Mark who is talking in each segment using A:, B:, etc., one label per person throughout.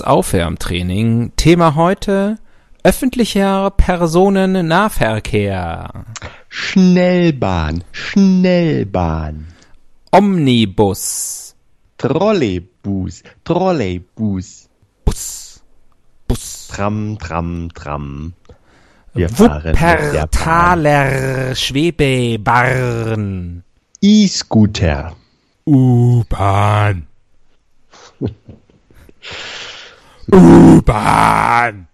A: Moderationsaufwärmtraining. Thema heute öffentlicher Personennahverkehr.
B: Schnellbahn, Schnellbahn,
A: Omnibus.
B: Trolleybus, Trolleybus,
A: Bus. Bus.
B: Tram, Tram, Tram. Wir fahren mit der Bahn.
A: Wuppertaler Schwebebahn.
B: E-Scooter,
A: U-Bahn. U-Bahn.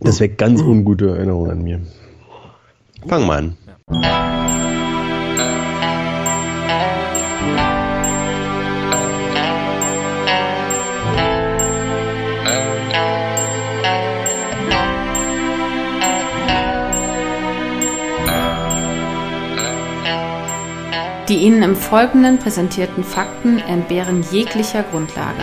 B: das wäre ganz ungute Erinnerung an mir. Fang mal an.
C: Die Ihnen im Folgenden präsentierten Fakten entbehren jeglicher Grundlage.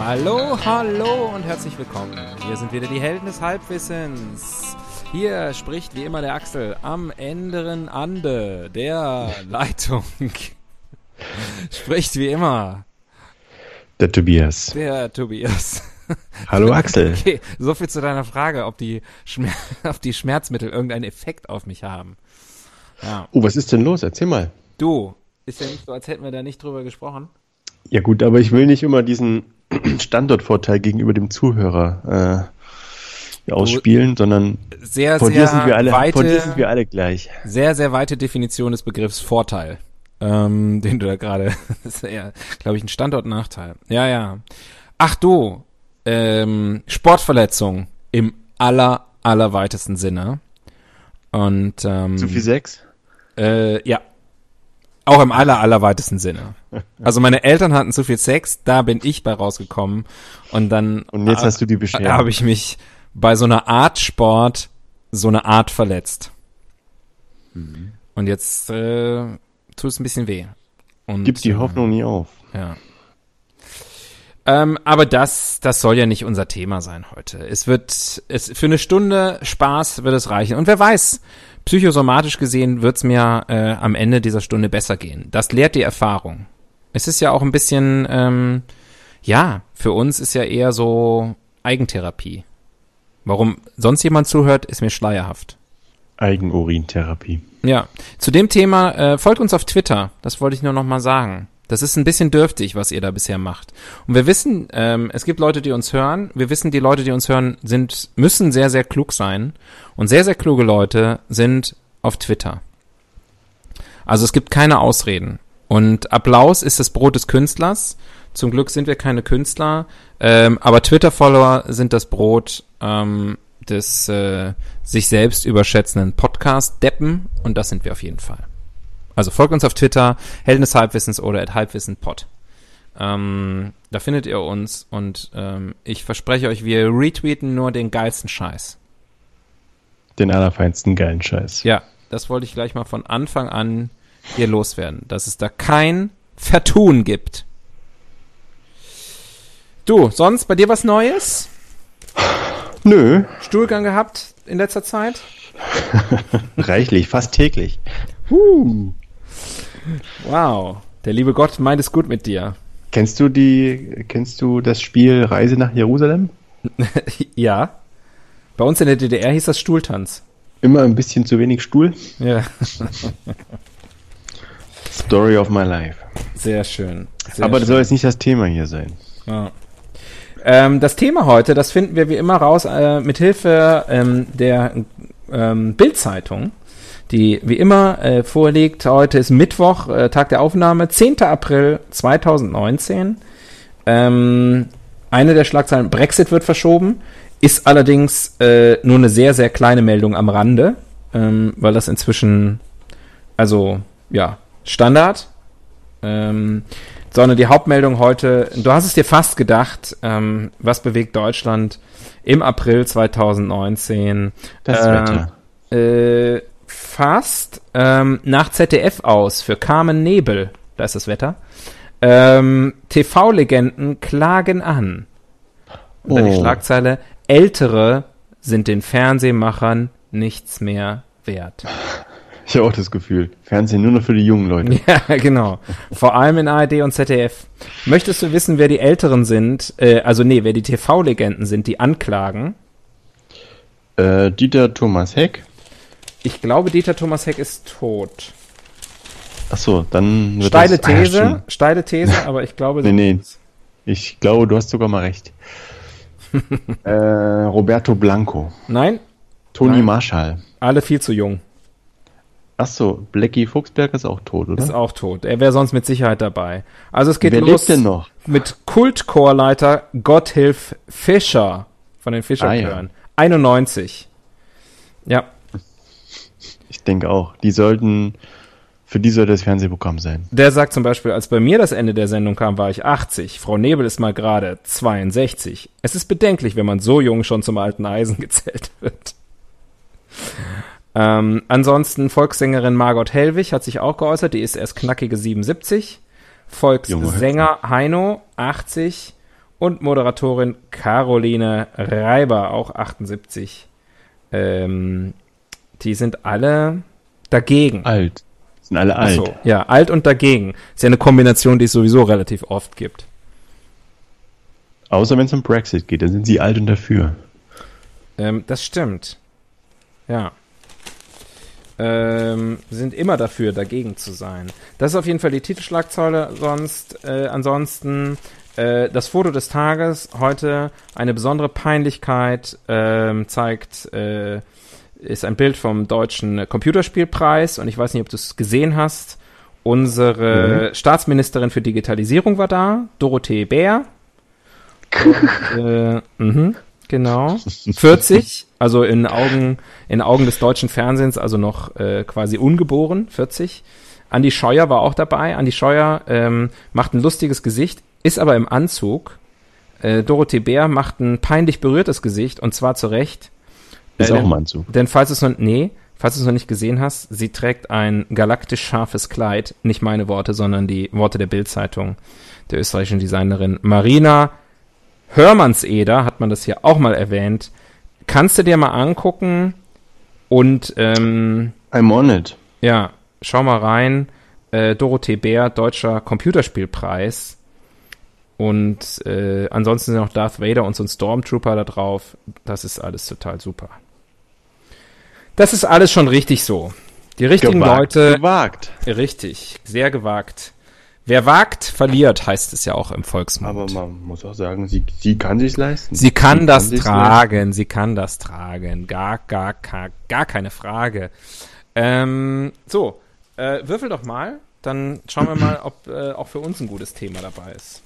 A: Hallo, hallo und herzlich willkommen. Hier sind wieder die Helden des Halbwissens. Hier spricht wie immer der Axel am anderen Ande der Leitung. spricht wie immer
B: Der Tobias.
A: der Tobias.
B: Hallo Axel.
A: Okay, so viel zu deiner Frage, ob die, Schmer ob die Schmerzmittel irgendeinen Effekt auf mich haben. Ja.
B: Oh, was ist denn los? Erzähl mal.
A: Du, ist ja nicht so, als hätten wir da nicht drüber gesprochen.
B: Ja gut, aber ich will nicht immer diesen Standortvorteil gegenüber dem Zuhörer äh, ausspielen, sondern
A: Sehr,
B: von dir
A: sehr
B: sind wir alle,
A: weite,
B: von dir sind wir alle gleich.
A: sehr, sehr weite Definition des Begriffs Vorteil, ähm, den du da gerade, das ist ja, glaube ich, ein Standortnachteil. Ja, ja. Ach du, ähm, Sportverletzung im aller, allerweitesten Sinne. Und, ähm,
B: Zu viel Sex?
A: Äh, ja. Auch im aller, allerweitesten Sinne. Also meine Eltern hatten zu viel Sex, da bin ich bei rausgekommen und dann
B: Und jetzt hast du die Beschwerde.
A: habe Ah, ich mich bei so einer Art Sport so eine Art verletzt.
B: Mhm.
A: Und jetzt äh, tut es ein bisschen weh. Und, ähm,
B: Gib die Hoffnung nie auf.
A: ja. Ähm, aber das, das soll ja nicht unser Thema sein heute. Es wird, es für eine Stunde Spaß wird es reichen. Und wer weiß, psychosomatisch gesehen wird es mir äh, am Ende dieser Stunde besser gehen. Das lehrt die Erfahrung. Es ist ja auch ein bisschen, ähm, ja, für uns ist ja eher so Eigentherapie. Warum sonst jemand zuhört, ist mir schleierhaft.
B: Eigenurintherapie.
A: Ja, zu dem Thema äh, folgt uns auf Twitter. Das wollte ich nur noch mal sagen. Das ist ein bisschen dürftig, was ihr da bisher macht. Und wir wissen, ähm, es gibt Leute, die uns hören. Wir wissen, die Leute, die uns hören, sind müssen sehr sehr klug sein. Und sehr sehr kluge Leute sind auf Twitter. Also es gibt keine Ausreden. Und Applaus ist das Brot des Künstlers. Zum Glück sind wir keine Künstler, ähm, aber Twitter-Follower sind das Brot ähm, des äh, sich selbst überschätzenden Podcast-Deppen und das sind wir auf jeden Fall. Also folgt uns auf Twitter, Helden des Halbwissens oder at halbwissenpod. Ähm, da findet ihr uns und ähm, ich verspreche euch, wir retweeten nur den geilsten Scheiß.
B: Den allerfeinsten geilen Scheiß.
A: Ja, das wollte ich gleich mal von Anfang an hier loswerden, dass es da kein Vertun gibt. Du, sonst bei dir was Neues?
B: Nö,
A: Stuhlgang gehabt in letzter Zeit?
B: reichlich, fast täglich.
A: Wow, der liebe Gott meint es gut mit dir.
B: Kennst du die, kennst du das Spiel Reise nach Jerusalem?
A: Ja. Bei uns in der DDR hieß das Stuhltanz.
B: Immer ein bisschen zu wenig Stuhl.
A: Ja.
B: Story of my life.
A: Sehr schön. Sehr
B: Aber das
A: schön.
B: soll jetzt nicht das Thema hier sein.
A: Ja. Ähm, das Thema heute, das finden wir wie immer raus äh, mit Hilfe ähm, der ähm, Bildzeitung, die wie immer äh, vorliegt. Heute ist Mittwoch, äh, Tag der Aufnahme, 10. April 2019. Ähm, eine der Schlagzeilen, Brexit wird verschoben, ist allerdings äh, nur eine sehr, sehr kleine Meldung am Rande, ähm, weil das inzwischen, also ja, Standard. Ähm, sondern die Hauptmeldung heute, du hast es dir fast gedacht, ähm, was bewegt Deutschland im April 2019?
B: Das
A: ähm,
B: Wetter.
A: äh, fast ähm, nach ZDF aus für Carmen Nebel, da ist das Wetter. Ähm, TV-Legenden klagen an. Und dann die
B: Oh.
A: Schlagzeile, Ältere sind den Fernsehmachern nichts mehr wert.
B: Ich habe auch das Gefühl. Fernsehen nur noch für die jungen Leute.
A: Ja, genau. Vor allem in ARD und ZDF. Möchtest du wissen, wer die Älteren sind, äh, also nee, wer die TV-Legenden sind, die anklagen?
B: Äh, Dieter Thomas Heck.
A: Ich glaube, Dieter Thomas Heck ist tot.
B: Achso, dann wird
A: Steile
B: das, Ah,
A: These,
B: stimmt.
A: steile These, aber ich glaube,
B: Nee, nee. ich glaube, du hast sogar mal recht. äh, Roberto Blanco.
A: nein,
B: Toni
A: Nein.
B: Marschall.
A: alle viel zu jung.
B: Achso, Blackie Fuchsberg ist auch tot, oder?
A: Ist auch tot. Er wäre sonst mit Sicherheit dabei. Also es geht
B: Wer
A: los
B: lebt denn noch?
A: mit Kultchorleiter Gotthilf Fischer von den
B: Ah,
A: Fischerchören. 91. Ja,
B: Ich denke auch. Die sollten, für die soll das Fernsehprogramm sein.
A: Der sagt zum Beispiel, als bei mir das Ende der Sendung kam, war ich 80. Frau Nebel ist mal gerade 62. Es ist bedenklich, wenn man so jung schon zum alten Eisen gezählt wird. Ähm, ansonsten Volkssängerin Margot Hellwig hat sich auch geäußert. Die ist erst knackige 77. Volkssänger Heino 80 und Moderatorin Caroline Reiber auch 78. Ähm, die sind alle dagegen.
B: Alt. Sind alle
A: Ach
B: alt.
A: So, ja, alt und dagegen. Ist ja eine Kombination, die es sowieso relativ oft gibt.
B: Außer wenn es um Brexit geht, dann sind sie alt und dafür.
A: Ähm, das stimmt. Ja. Ähm, sind immer dafür, dagegen zu sein. Das ist auf jeden Fall die Titelschlagzeile. Sonst, äh, ansonsten äh, das Foto des Tages heute eine besondere Peinlichkeit ähm, zeigt. Äh, ist ein Bild vom deutschen äh, Computerspielpreis und ich weiß nicht, ob du es gesehen hast. Unsere Staatsministerin für Digitalisierung war da, Dorothee Bär. Und, äh, mhm, genau. 40, also in Augen, in Augen des deutschen Fernsehens, also noch äh, quasi ungeboren, 40. Andi Scheuer war auch dabei. Andi Scheuer ähm, macht ein lustiges Gesicht, ist aber im Anzug. Äh, Dorothee Bär macht ein peinlich berührtes Gesicht und zwar zu Recht.
B: Ist
A: Äh,
B: auch
A: denn-
B: im Anzug.
A: Denn falls du es noch, nee, falls du es noch nicht gesehen hast, sie trägt ein galaktisch scharfes Kleid. Nicht meine Worte, sondern die Worte der Bild-Zeitung der österreichischen Designerin Marina Hörmannseder, hat man das hier auch mal erwähnt. Kannst du dir mal angucken und ähm,
B: I'm on it.
A: ja, schau mal rein. Äh, Dorothee Bär, deutscher Computerspielpreis. Und äh, ansonsten sind noch Darth Vader und so ein Stormtrooper da drauf. Das ist alles total super. Das ist alles schon richtig so. Die richtigen Leute,
B: Gewagt.
A: richtig, sehr gewagt. Wer wagt, verliert, heißt es ja auch im Volksmund.
B: Aber man muss auch sagen, sie, sie kann sich's leisten.
A: Sie kann das
B: sich's
A: tragen, sie kann das tragen. Gar, gar, gar, gar keine Frage. Ähm, so, äh, würfel doch mal, dann schauen wir mal, ob äh, auch für uns ein gutes Thema dabei ist.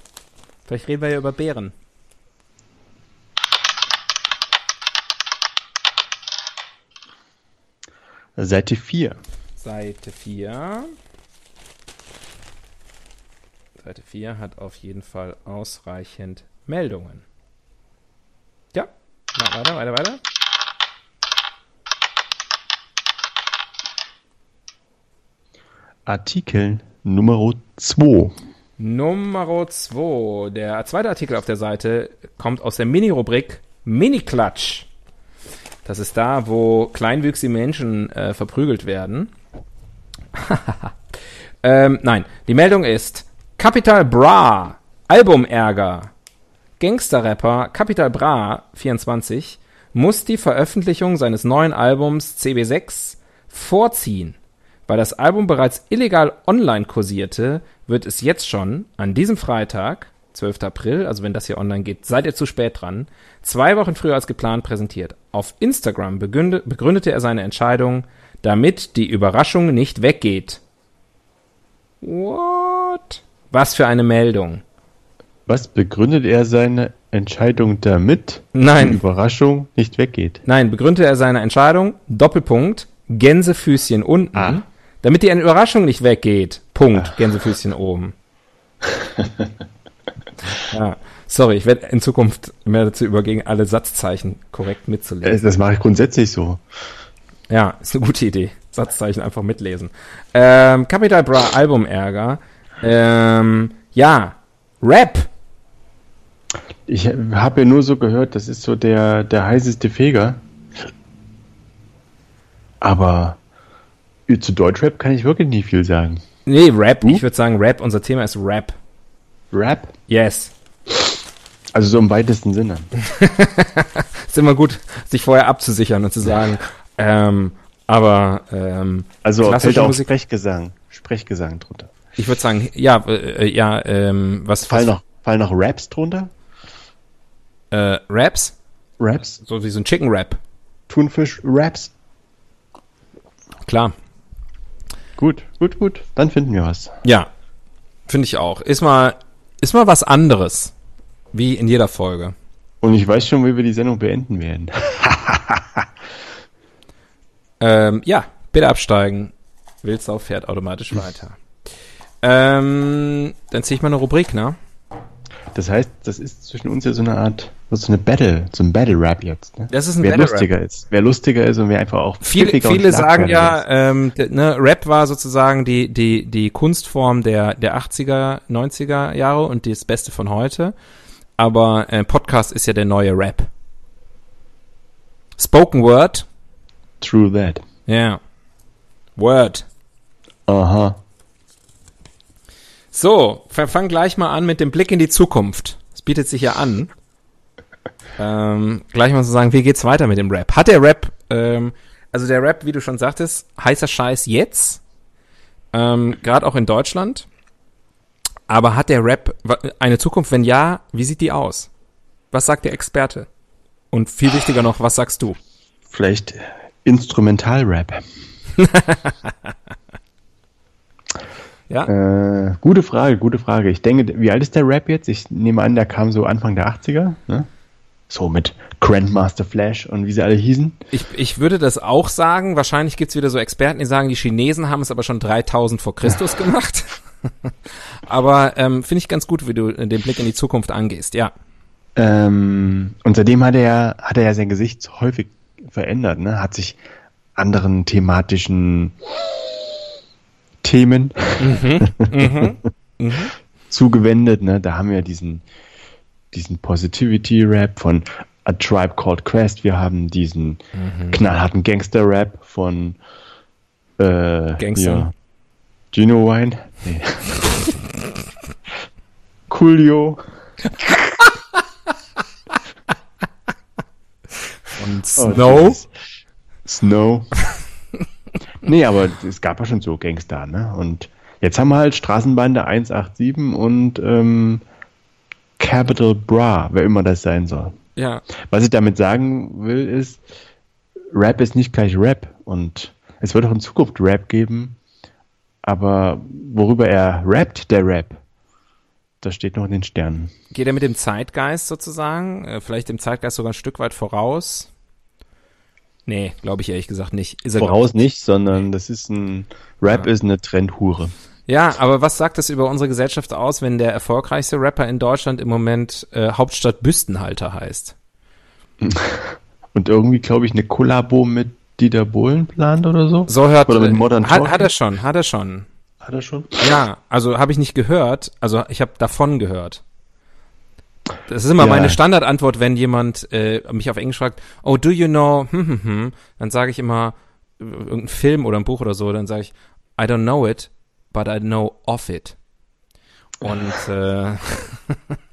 A: Vielleicht reden wir ja über Bären.
B: leisten. Seite 4.
A: Seite 4. Seite 4 hat auf jeden Fall ausreichend Meldungen. Ja, na, weiter, weiter, weiter.
B: Artikel Nummer 2.
A: Nummer 2. Der zweite Artikel auf der Seite kommt aus der Mini-Rubrik Mini-Klatsch. Das ist da, wo kleinwüchsige Menschen äh, verprügelt werden. ähm, nein, die Meldung ist Capital Bra, Albumärger. Gangster-Rapper Capital Bra, 24, muss die Veröffentlichung seines neuen Albums CB6 vorziehen. Weil das Album bereits illegal online kursierte, wird es jetzt schon an diesem Freitag, 12. April, also wenn das hier online geht, seid ihr zu spät dran, zwei Wochen früher als geplant präsentiert. Auf Instagram begründe- begründete er seine Entscheidung, damit die Überraschung nicht weggeht. What? Was für eine Meldung.
B: Was begründet er seine Entscheidung damit? Die
A: Nein.
B: Überraschung nicht weggeht.
A: Nein, begründete er seine Entscheidung, Doppelpunkt, Gänsefüßchen unten,
B: Ah.
A: damit die Überraschung nicht weggeht, Punkt, Gänsefüßchen oben. Ja. Sorry, ich werde in Zukunft mehr dazu übergehen, alle Satzzeichen korrekt mitzulesen.
B: Äh, Das mache ich grundsätzlich so.
A: Ja, ist eine gute Idee. Satzzeichen einfach mitlesen. Ähm, Capital Bra Album Ärger. Ähm, ja, Rap.
B: Ich habe ja nur so gehört, das ist so der, der heißeste Feger. Aber zu Deutschrap kann ich wirklich nicht viel sagen.
A: Nee, Rap. Ich würde sagen Rap. Unser Thema ist Rap.
B: Rap?
A: Yes.
B: Also so im weitesten Sinne.
A: Ist immer gut, sich vorher abzusichern und zu sagen, ähm, aber ähm,
B: Also fällt
A: klassische
B: auch
A: Musik.
B: Sprechgesang, Sprechgesang drunter.
A: Ich würde sagen, ja, äh, äh, ja, ähm, was,
B: Fallen
A: was
B: Halt noch, fallen noch Raps drunter?
A: äh, Raps?
B: Raps?
A: So wie so ein Chicken Rap.
B: Thunfisch-Raps?
A: Klar.
B: Gut, gut, gut. Dann finden wir was.
A: Ja. Finde ich auch. Ist mal, ist mal was anderes. Wie in jeder Folge.
B: Und ich weiß schon, wie wir die Sendung beenden werden.
A: Ähm, ja, bitte absteigen. Wildsau fährt automatisch weiter. Ähm, dann ziehe ich mal eine Rubrik, ne?
B: Das heißt, das ist zwischen uns ja so eine Art, so eine Battle, so ein Battle-Rap jetzt. Ne?
A: Das ist ein
B: wer
A: Battle-Rap.
B: lustiger ist. Wer lustiger ist und wer einfach auch
A: Viele,
B: pfiffiger und
A: viele sagen ja,
B: schlagfertiger
A: ähm, d- ne, Rap war sozusagen die, die, die Kunstform der, der 80er, 90er Jahre und das Beste von heute. Aber äh, Podcast ist ja der neue Rap. Spoken Word.
B: ist. True that.
A: Ja. Word.
B: Aha.
A: So, wir fangen gleich mal an mit dem Blick in die Zukunft. Es bietet sich ja an. Ähm, gleich mal zu sagen, wie geht's weiter mit dem Rap? Hat der Rap, ähm, also der Rap, wie du schon sagtest, heißer Scheiß jetzt, ähm, gerade auch in Deutschland. Aber hat der Rap wa- eine Zukunft? Wenn ja, wie sieht die aus? Was sagt der Experte? Und viel wichtiger noch, was sagst du?
B: Vielleicht Instrumental-Rap.
A: Ja,
B: Äh, gute Frage, gute Frage. Ich denke, wie alt ist der Rap jetzt? Ich nehme an, der kam so Anfang der 80er. Ne? So mit Grandmaster Flash und wie sie alle hießen.
A: ich, ich würde das auch sagen. Wahrscheinlich gibt's wieder so Experten, die sagen, die Chinesen haben es aber schon 3000 vor Christus gemacht. aber ähm, finde ich ganz gut, wie du äh, den Blick in die Zukunft angehst. Ja,
B: Ähm, und seitdem hat er, ja- hat er ja sein Gesicht häufig verändert, ne? hat sich anderen thematischen Themen zugewendet. Ne? Da haben wir diesen, diesen Positivity-Rap von A Tribe Called Quest, wir haben diesen knallharten Gangster-Rap von äh,
A: Gangster.
B: hier, Gino Wine. Nee. Coolio.
A: und
B: Oh,
A: Snow.
B: Jesus. Snow. nee, aber es gab ja schon so Gangster, ne? Und jetzt haben wir halt Straßenbande 187 und ähm, Capital Bra, wer immer das sein soll.
A: ja,
B: Was ich damit sagen will, ist, Rap ist nicht gleich Rap. Und es wird auch in Zukunft Rap geben, aber worüber er rappt, der Rap, das steht noch in den Sternen.
A: geht er mit dem Zeitgeist sozusagen? Äh, Vielleicht dem Zeitgeist sogar ein Stück weit voraus? Nee, glaube ich ehrlich gesagt nicht. Ist er glaub-
B: Voraus nicht, sondern das ist ein, Rap ist eine Trendhure.
A: Ja, aber was sagt das über unsere Gesellschaft aus, wenn der erfolgreichste Rapper in Deutschland im Moment äh, Hauptstadt Büstenhalter heißt?
B: Und irgendwie, glaube ich, eine Kollabo mit Dieter Bohlen plant oder so.
A: So hört äh,
B: Oder mit Modern
A: hat,
B: Talking.
A: hat er schon, hat er schon.
B: Also, Hat er schon?
A: Ja, also habe ich nicht gehört, also ich habe davon gehört. Das ist immer
B: Ja.
A: meine Standardantwort, wenn jemand äh, mich auf Englisch fragt, oh, do you know, hm, hm, hm, dann sage ich immer äh, irgendein Film oder ein Buch oder so, dann sage ich, I don't know it, but I know of it. Und äh,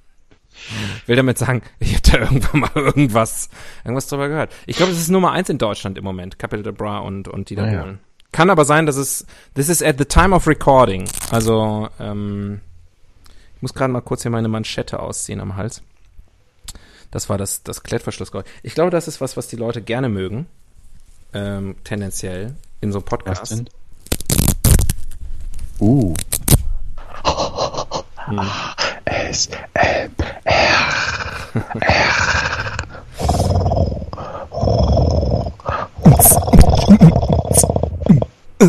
A: will damit sagen, ich habe da irgendwann mal irgendwas, irgendwas drüber gehört. Ich glaube, es ist Nummer eins in Deutschland im Moment, Capital Bra und, und Dieter
B: Ah, ja.
A: Bohlen. Kann aber sein, dass es, this is at the time of recording. Also, ähm, ich muss gerade mal kurz hier meine Manschette ausziehen am Hals. Das war das, das Klettverschlussgeräusch. Ich glaube, das ist was, was die Leute gerne mögen. Ähm, tendenziell in so einem
B: Was
A: Podcast.
B: denn? Uh. S M R. Bist du denn
A: Äh, Beatboxer?
B: Äh,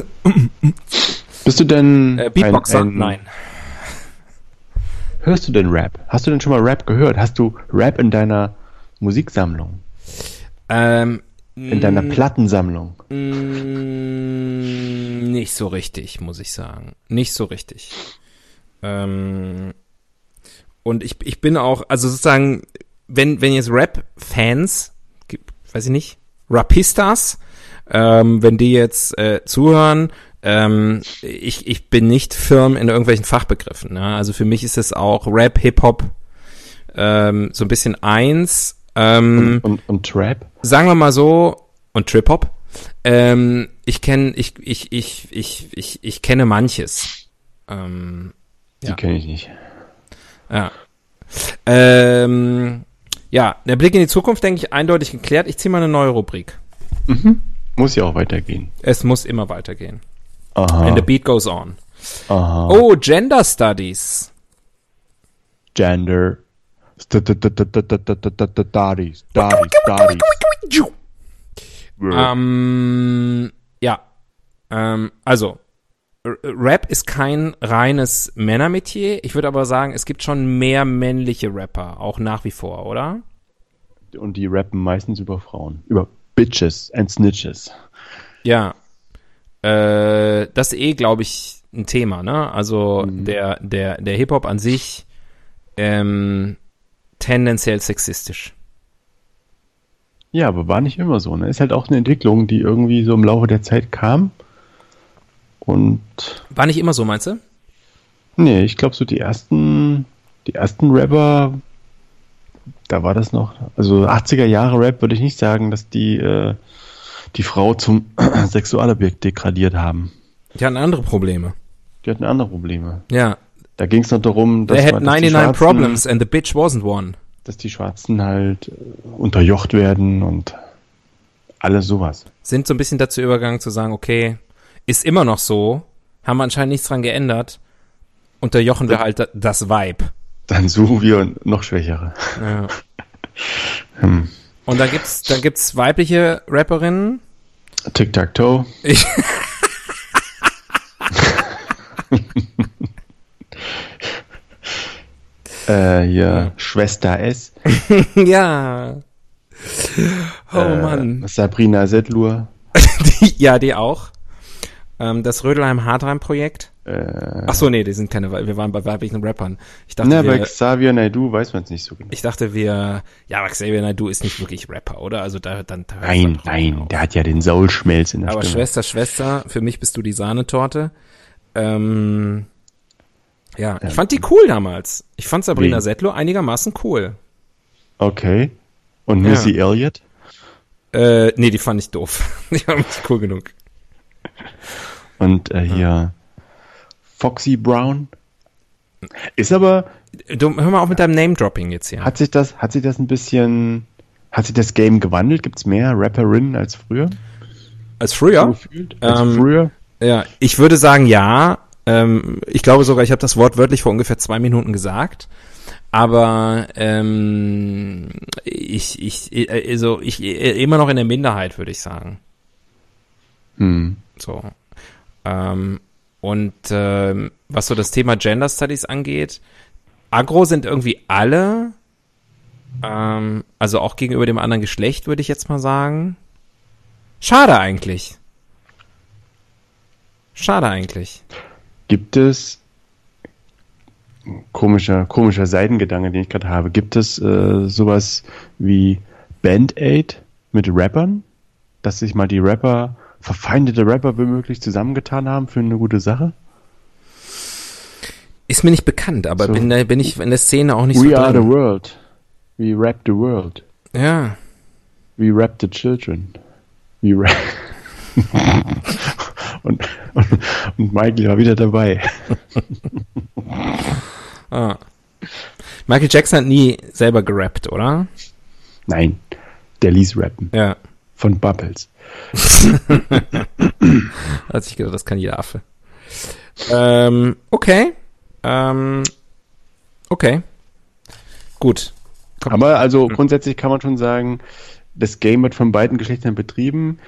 A: Äh,
B: ein, ein,
A: Nein.
B: hörst du denn Rap? Hast du denn schon mal Rap gehört? Hast du Rap in deiner Musiksammlung?
A: Ähm,
B: In deiner Plattensammlung?
A: Mm, Nicht so richtig, muss ich sagen. Nicht so richtig. Ähm, und ich, ich bin auch, also sozusagen, wenn, wenn jetzt Rap-Fans, ge- weiß ich nicht, Rapistas, ähm, wenn die jetzt äh, zuhören, ähm, ich, ich bin nicht firm in irgendwelchen Fachbegriffen. Ne? Also für mich ist es auch Rap, Hip-Hop, ähm, so ein bisschen eins. Ähm,
B: Und, und Trap?
A: sagen wir mal so, und Trip-Hop, ähm, ich kenne, ich, ich, ich, ich, ich, ich kenne manches. Ähm,
B: Die
A: Ja.
B: kenne ich nicht.
A: ja. Ähm, ja, der Blick in die Zukunft, denke ich, eindeutig geklärt. Ich ziehe mal eine neue Rubrik.
B: Muss ja auch weitergehen.
A: Es muss immer weitergehen. And the
B: Aha.
A: beat goes on.
B: aha.
A: Oh, Gender Studies.
B: Gender. St- st- st- st- st- st- st- st- Studies. Studies. Studies. Word.
A: Ähm, ja. Ähm, also, R Rap ist kein reines Männermetier. Ich würde aber sagen, es gibt schon mehr männliche Rapper, auch nach wie vor, oder?
B: Und die rappen meistens über Frauen. Über Bitches and Snitches.
A: Ja. Äh, das ist eh, glaube ich, ein Thema, ne? Also der, der, der Hip-Hop an sich ähm, tendenziell sexistisch.
B: Ja, aber war nicht immer so. Ne? Ist halt auch eine Entwicklung, die irgendwie so im Laufe der Zeit kam. Und
A: War nicht immer so, meinst du?
B: nee, ich glaube so die ersten, die ersten Rapper, da war das noch, also 80er Jahre Rap würde ich nicht sagen, dass die äh, die Frau zum Sexualobjekt degradiert haben.
A: Die hatten andere Probleme.
B: Die hatten andere Probleme.
A: Ja.
B: Da ging es noch darum,
A: They had
B: man- dass die
A: 99
B: Schwarzen-
A: Problems and the bitch wasn't one.
B: dass die Schwarzen halt äh, unterjocht werden und alles sowas.
A: sind so ein bisschen dazu übergegangen zu sagen, okay, ist immer noch so, haben wir anscheinend nichts dran geändert, unterjochen wir halt da- das Vibe.
B: Dann suchen wir noch Schwächere.
A: Ja.
B: Hm.
A: Und da gibt's, da gibt's weibliche Rapperinnen.
B: Tic-Tac-Toe.
A: Ich-
B: äh, hier, Schwester S.
A: ja. Oh
B: Äh,
A: Mann.
B: Sabrina Sedlur.
A: Die, ja, die auch. Ähm, das Rödelheim-Hartheim-Projekt.
B: Äh,
A: Ach so, nee, die sind keine, Wei- wir waren bei weiblichen Rappern. Ich dachte,
B: na, bei
A: wir,
B: Xavier Naidoo weiß man es nicht so genau.
A: ich dachte, wir, ja, aber Xavier Naidoo ist nicht wirklich Rapper, oder? Also da, dann, da
B: Nein, nein, der hat ja den Saulschmelz in der
A: Aber
B: Stimme.
A: Schwester, Schwester, für mich bist du die Sahnetorte. Ähm, ja, ich fand die cool damals. Ich fand Sabrina
B: Wen?
A: Settler einigermaßen cool.
B: Okay. Und Missy Elliott?
A: Äh, nee, die fand ich doof. Die war nicht cool genug.
B: Und äh, hier Foxy Brown. Ist aber,
A: Du, hör mal auf mit deinem Name-Dropping jetzt hier.
B: hat sich das, hat sich das ein bisschen, hat sich das Game gewandelt? Gibt es mehr Rapperinnen als früher?
A: Als früher?
B: Gefühlt? Als
A: Ähm,
B: früher?
A: Ja, ich würde sagen ja. Ähm, ich glaube sogar, ich habe das Wort wörtlich vor ungefähr zwei Minuten gesagt. Aber ähm, ich, ich, äh, also ich äh, immer noch in der Minderheit, würde ich sagen.
B: Hm.
A: So. Ähm, und ähm, was so das Thema Gender Studies angeht, agro sind irgendwie alle, ähm, also auch gegenüber dem anderen Geschlecht, würde ich jetzt mal sagen. Schade eigentlich. Schade eigentlich.
B: Gibt es komischer, komischer Seitengedanke, den ich gerade habe, gibt es äh, sowas wie Band-Aid mit Rappern? Dass sich mal die Rapper, verfeindete Rapper womöglich zusammengetan haben für eine gute Sache?
A: Ist mir nicht bekannt, aber
B: So.
A: bin, da- bin ich in der Szene auch nicht
B: We
A: so
B: are the
A: drin.
B: world. We rap the world.
A: Ja.
B: We rap the children. We rap. und, und, und Michael war wieder dabei.
A: Ah. Michael Jackson hat nie selber gerappt, oder?
B: Nein, der ließ rappen.
A: Ja.
B: Von Bubbles.
A: Hat sich gedacht, das kann jeder Affe. Ähm, okay. Ähm, okay. Gut.
B: Aber also grundsätzlich kann man schon sagen, das Game wird von beiden Geschlechtern betrieben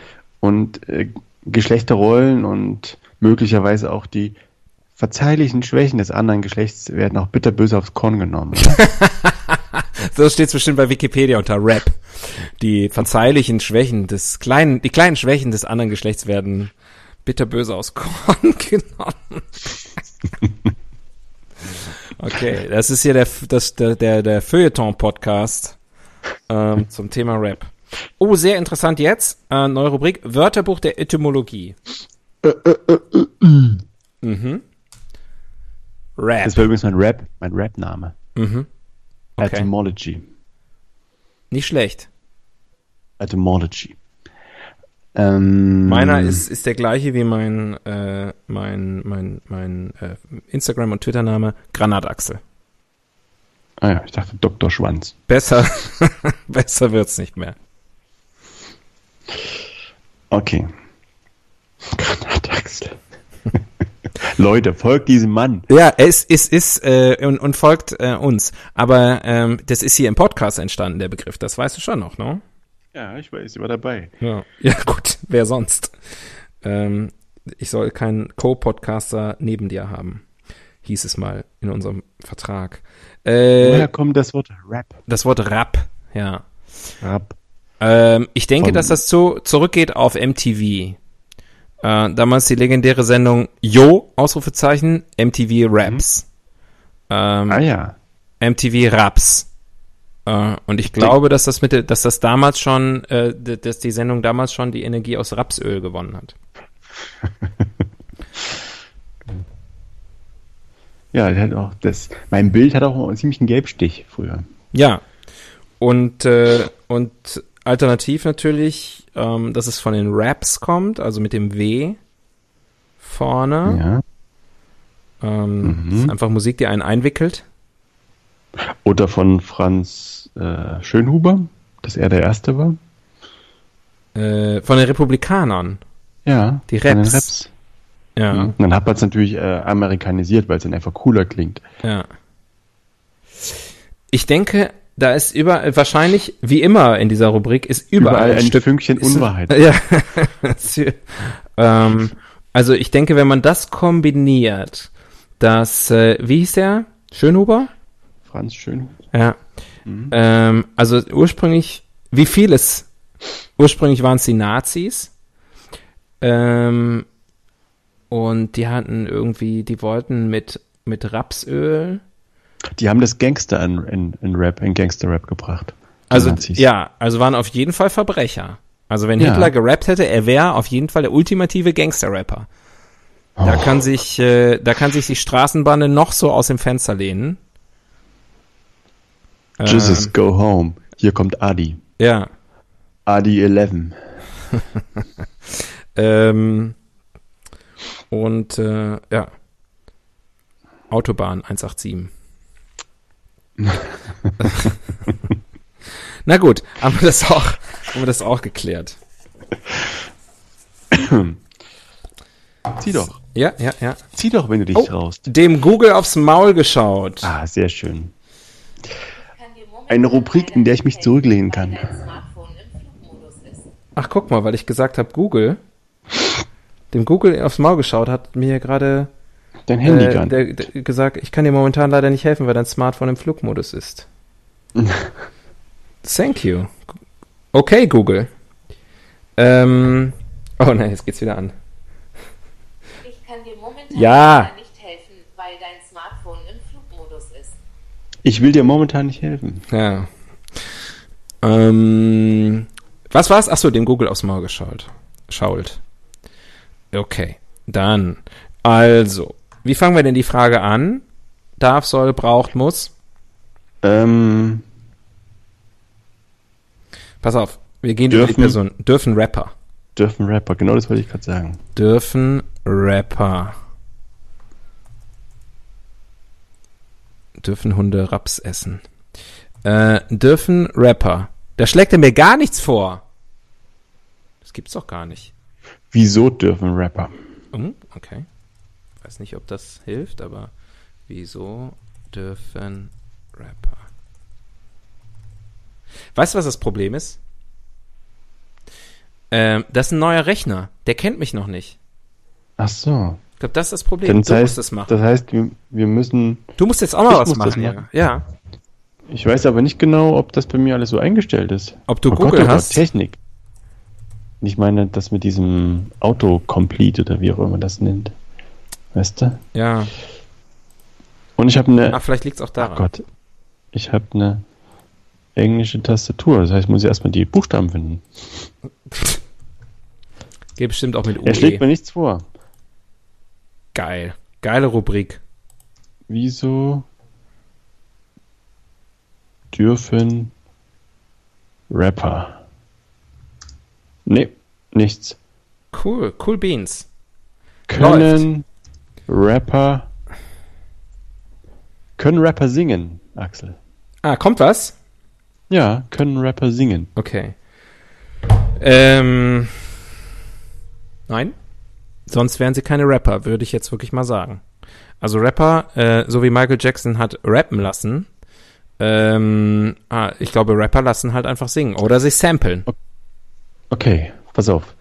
B: und äh, Geschlechterrollen und möglicherweise auch die verzeihlichen Schwächen des anderen Geschlechts werden auch bitterböse aufs Korn genommen. Oder?
A: So steht es bestimmt bei Wikipedia unter Rap. Die verzeihlichen Schwächen des kleinen, die kleinen Schwächen des anderen Geschlechts werden bitterböse aus Korn genommen. Okay, das ist hier der, das, der, der, der Feuilleton-Podcast ähm, zum Thema Rap. Oh, sehr interessant jetzt. Äh, neue Rubrik, Wörterbuch der Etymologie. Mhm.
B: das
A: Rap.
B: war übrigens mein Rap, mein Rap-Name.
A: Mhm. Okay.
B: Etymology.
A: Nicht schlecht.
B: Etymology. Ähm,
A: Meiner ist, ist der gleiche wie mein, äh, mein, mein, mein äh, Instagram- und Twitter-Name, Granatachsel.
B: Ah ja, ich dachte Dr. Schwanz.
A: Besser, besser wird's nicht mehr.
B: Okay. Granataxel. Leute, folgt diesem Mann.
A: Ja, es ist, ist äh, und, und folgt äh, uns. Aber ähm, das ist hier im Podcast entstanden, der Begriff. Das weißt du schon noch, ne?
B: Ja, ich weiß, ich war dabei.
A: Ja. Ja, gut. Wer sonst? Ähm, ich soll keinen Co-Podcaster neben dir haben, hieß es mal in unserem Vertrag. Äh,
B: Woher kommt das Wort Rap?
A: das Wort Rap, ja.
B: Rap.
A: Ähm, ich denke,
B: Von-
A: dass das zu, zurückgeht auf MTV. Äh, damals die legendäre Sendung Yo, Ausrufezeichen, MTV Raps. Ähm,
B: Ah ja.
A: MTV Raps. Äh, und ich glaube, dass das mit, der- dass das damals schon, äh, d- dass die Sendung damals schon die Energie aus Rapsöl gewonnen hat.
B: Ja, der hat auch das. Mein Bild hat auch einen ziemlichen Gelbstich früher.
A: Ja. Und, äh, und alternativ natürlich, ähm, dass es von den Raps kommt, also mit dem W vorne.
B: Ja. Mhm.
A: Ähm, das ist einfach Musik, die einen einwickelt.
B: Oder von Franz äh, Schönhuber, dass er der Erste war.
A: Äh, von den Republikanern.
B: Ja.
A: Die
B: von den
A: Raps.
B: Raps.
A: Ja.
B: Mhm. Und dann hat man es natürlich äh, amerikanisiert, weil es dann einfach cooler klingt.
A: Ja. Ich denke, da ist über wahrscheinlich wie immer in dieser Rubrik ist überall,
B: Überall ein
A: Stück
B: Fünkchen
A: ist-
B: Unwahrheit.
A: Ja. ähm, also ich denke, wenn man das kombiniert, dass äh, wie hieß der Schönhuber?
B: Franz Schönhuber.
A: Ja. Ähm, also ursprünglich, wie viel es? Ursprünglich waren es die Nazis. Ähm, und die hatten irgendwie, die wollten mit, mit Rapsöl.
B: Die haben das Gangster in, in, in Rap, in Gangster-Rap gebracht. Die
A: Also,
B: Nazis.
A: ja, also waren auf jeden Fall Verbrecher. Also wenn
B: Ja.
A: Hitler gerappt hätte, er wäre auf jeden Fall der ultimative Gangster-Rapper. Da
B: Oh.
A: kann sich, äh, da kann sich die Straßenbande noch so aus dem Fenster lehnen. äh,
B: Jesus, go home. Hier kommt Adi.
A: Ähm, ja.
B: Adi 11.
A: Ähm, und äh, ja. Autobahn 187. Na gut, haben wir das auch, haben wir das auch geklärt.
B: Zieh doch.
A: Ja, ja, ja.
B: Zieh doch, wenn du dich
A: Oh,
B: traust.
A: dem Google aufs Maul geschaut.
B: Ah, sehr schön. Eine Rubrik, in der ich mich zurücklehnen kann.
A: Ach, guck mal, weil ich gesagt habe, Google. Dem Google aufs Maul geschaut hat mir gerade
B: Dein Handy
A: äh,
B: kann.
A: der, der, gesagt, ich kann dir momentan leider nicht helfen, weil dein Smartphone im Flugmodus ist. Thank you. Okay, Google. Ähm, oh nein, jetzt geht's wieder an.
D: Ich kann dir momentan
A: Ja.
D: leider nicht helfen, weil dein Smartphone im Flugmodus ist.
B: Ich will dir momentan nicht helfen.
A: Ja. Ähm, was war's? Achso, dem Google aufs Maul geschaut. Schault. Okay, dann. Also, wie fangen wir denn die Frage an? Darf, soll, braucht, muss?
B: Ähm,
A: Pass auf, wir gehen über die
B: Dürfen.
A: Person. Dürfen Rapper.
B: dürfen Rapper, genau das wollte ich gerade sagen.
A: Dürfen Rapper. Dürfen Hunde Raps essen. Äh, dürfen Rapper. Da schlägt er mir gar nichts vor. Das gibt's doch gar nicht.
B: Wieso dürfen Rapper?
A: Hm, okay. Weiß nicht, ob das hilft, aber wieso dürfen Rapper? Weißt du, was das Problem ist? Ähm, das ist ein neuer Rechner. Der kennt mich noch nicht.
B: Ach so.
A: glaube, das ist das Problem.
B: Denn das
A: du
B: heißt,
A: musst es machen.
B: das heißt, wir, wir müssen.
A: du musst jetzt auch mal
B: ich
A: was
B: muss das
A: machen.
B: machen.
A: Ja.
B: Ich weiß aber nicht genau, ob das bei mir alles so eingestellt ist.
A: Ob du
B: oh
A: Google hast?
B: Technik. Ich meine, das mit diesem Autocomplete oder wie auch immer das nennt. Weißt du?
A: Ja.
B: Und ich habe eine.
A: Ach, vielleicht liegt es auch daran.
B: Ach Oh Gott. Ich habe eine englische Tastatur. Das heißt, ich muss ich erstmal die Buchstaben finden.
A: Geht bestimmt auch mit UE.
B: Er schlägt mir nichts vor.
A: Geil. Geile Rubrik.
B: Wieso dürfen Rapper? Nee, nichts.
A: Cool. Cool Beans.
B: Können Rapper können Rapper singen, Axel?
A: Ah, kommt was?
B: Ja, können Rapper singen.
A: Okay. Ähm. Nein. Sonst wären sie keine Rapper, würde ich jetzt wirklich mal sagen. Also Rapper, äh, so wie Michael Jackson hat rappen lassen. Ähm, ah, ich glaube, Rapper lassen halt einfach singen oder sich samplen.
B: Okay, pass auf.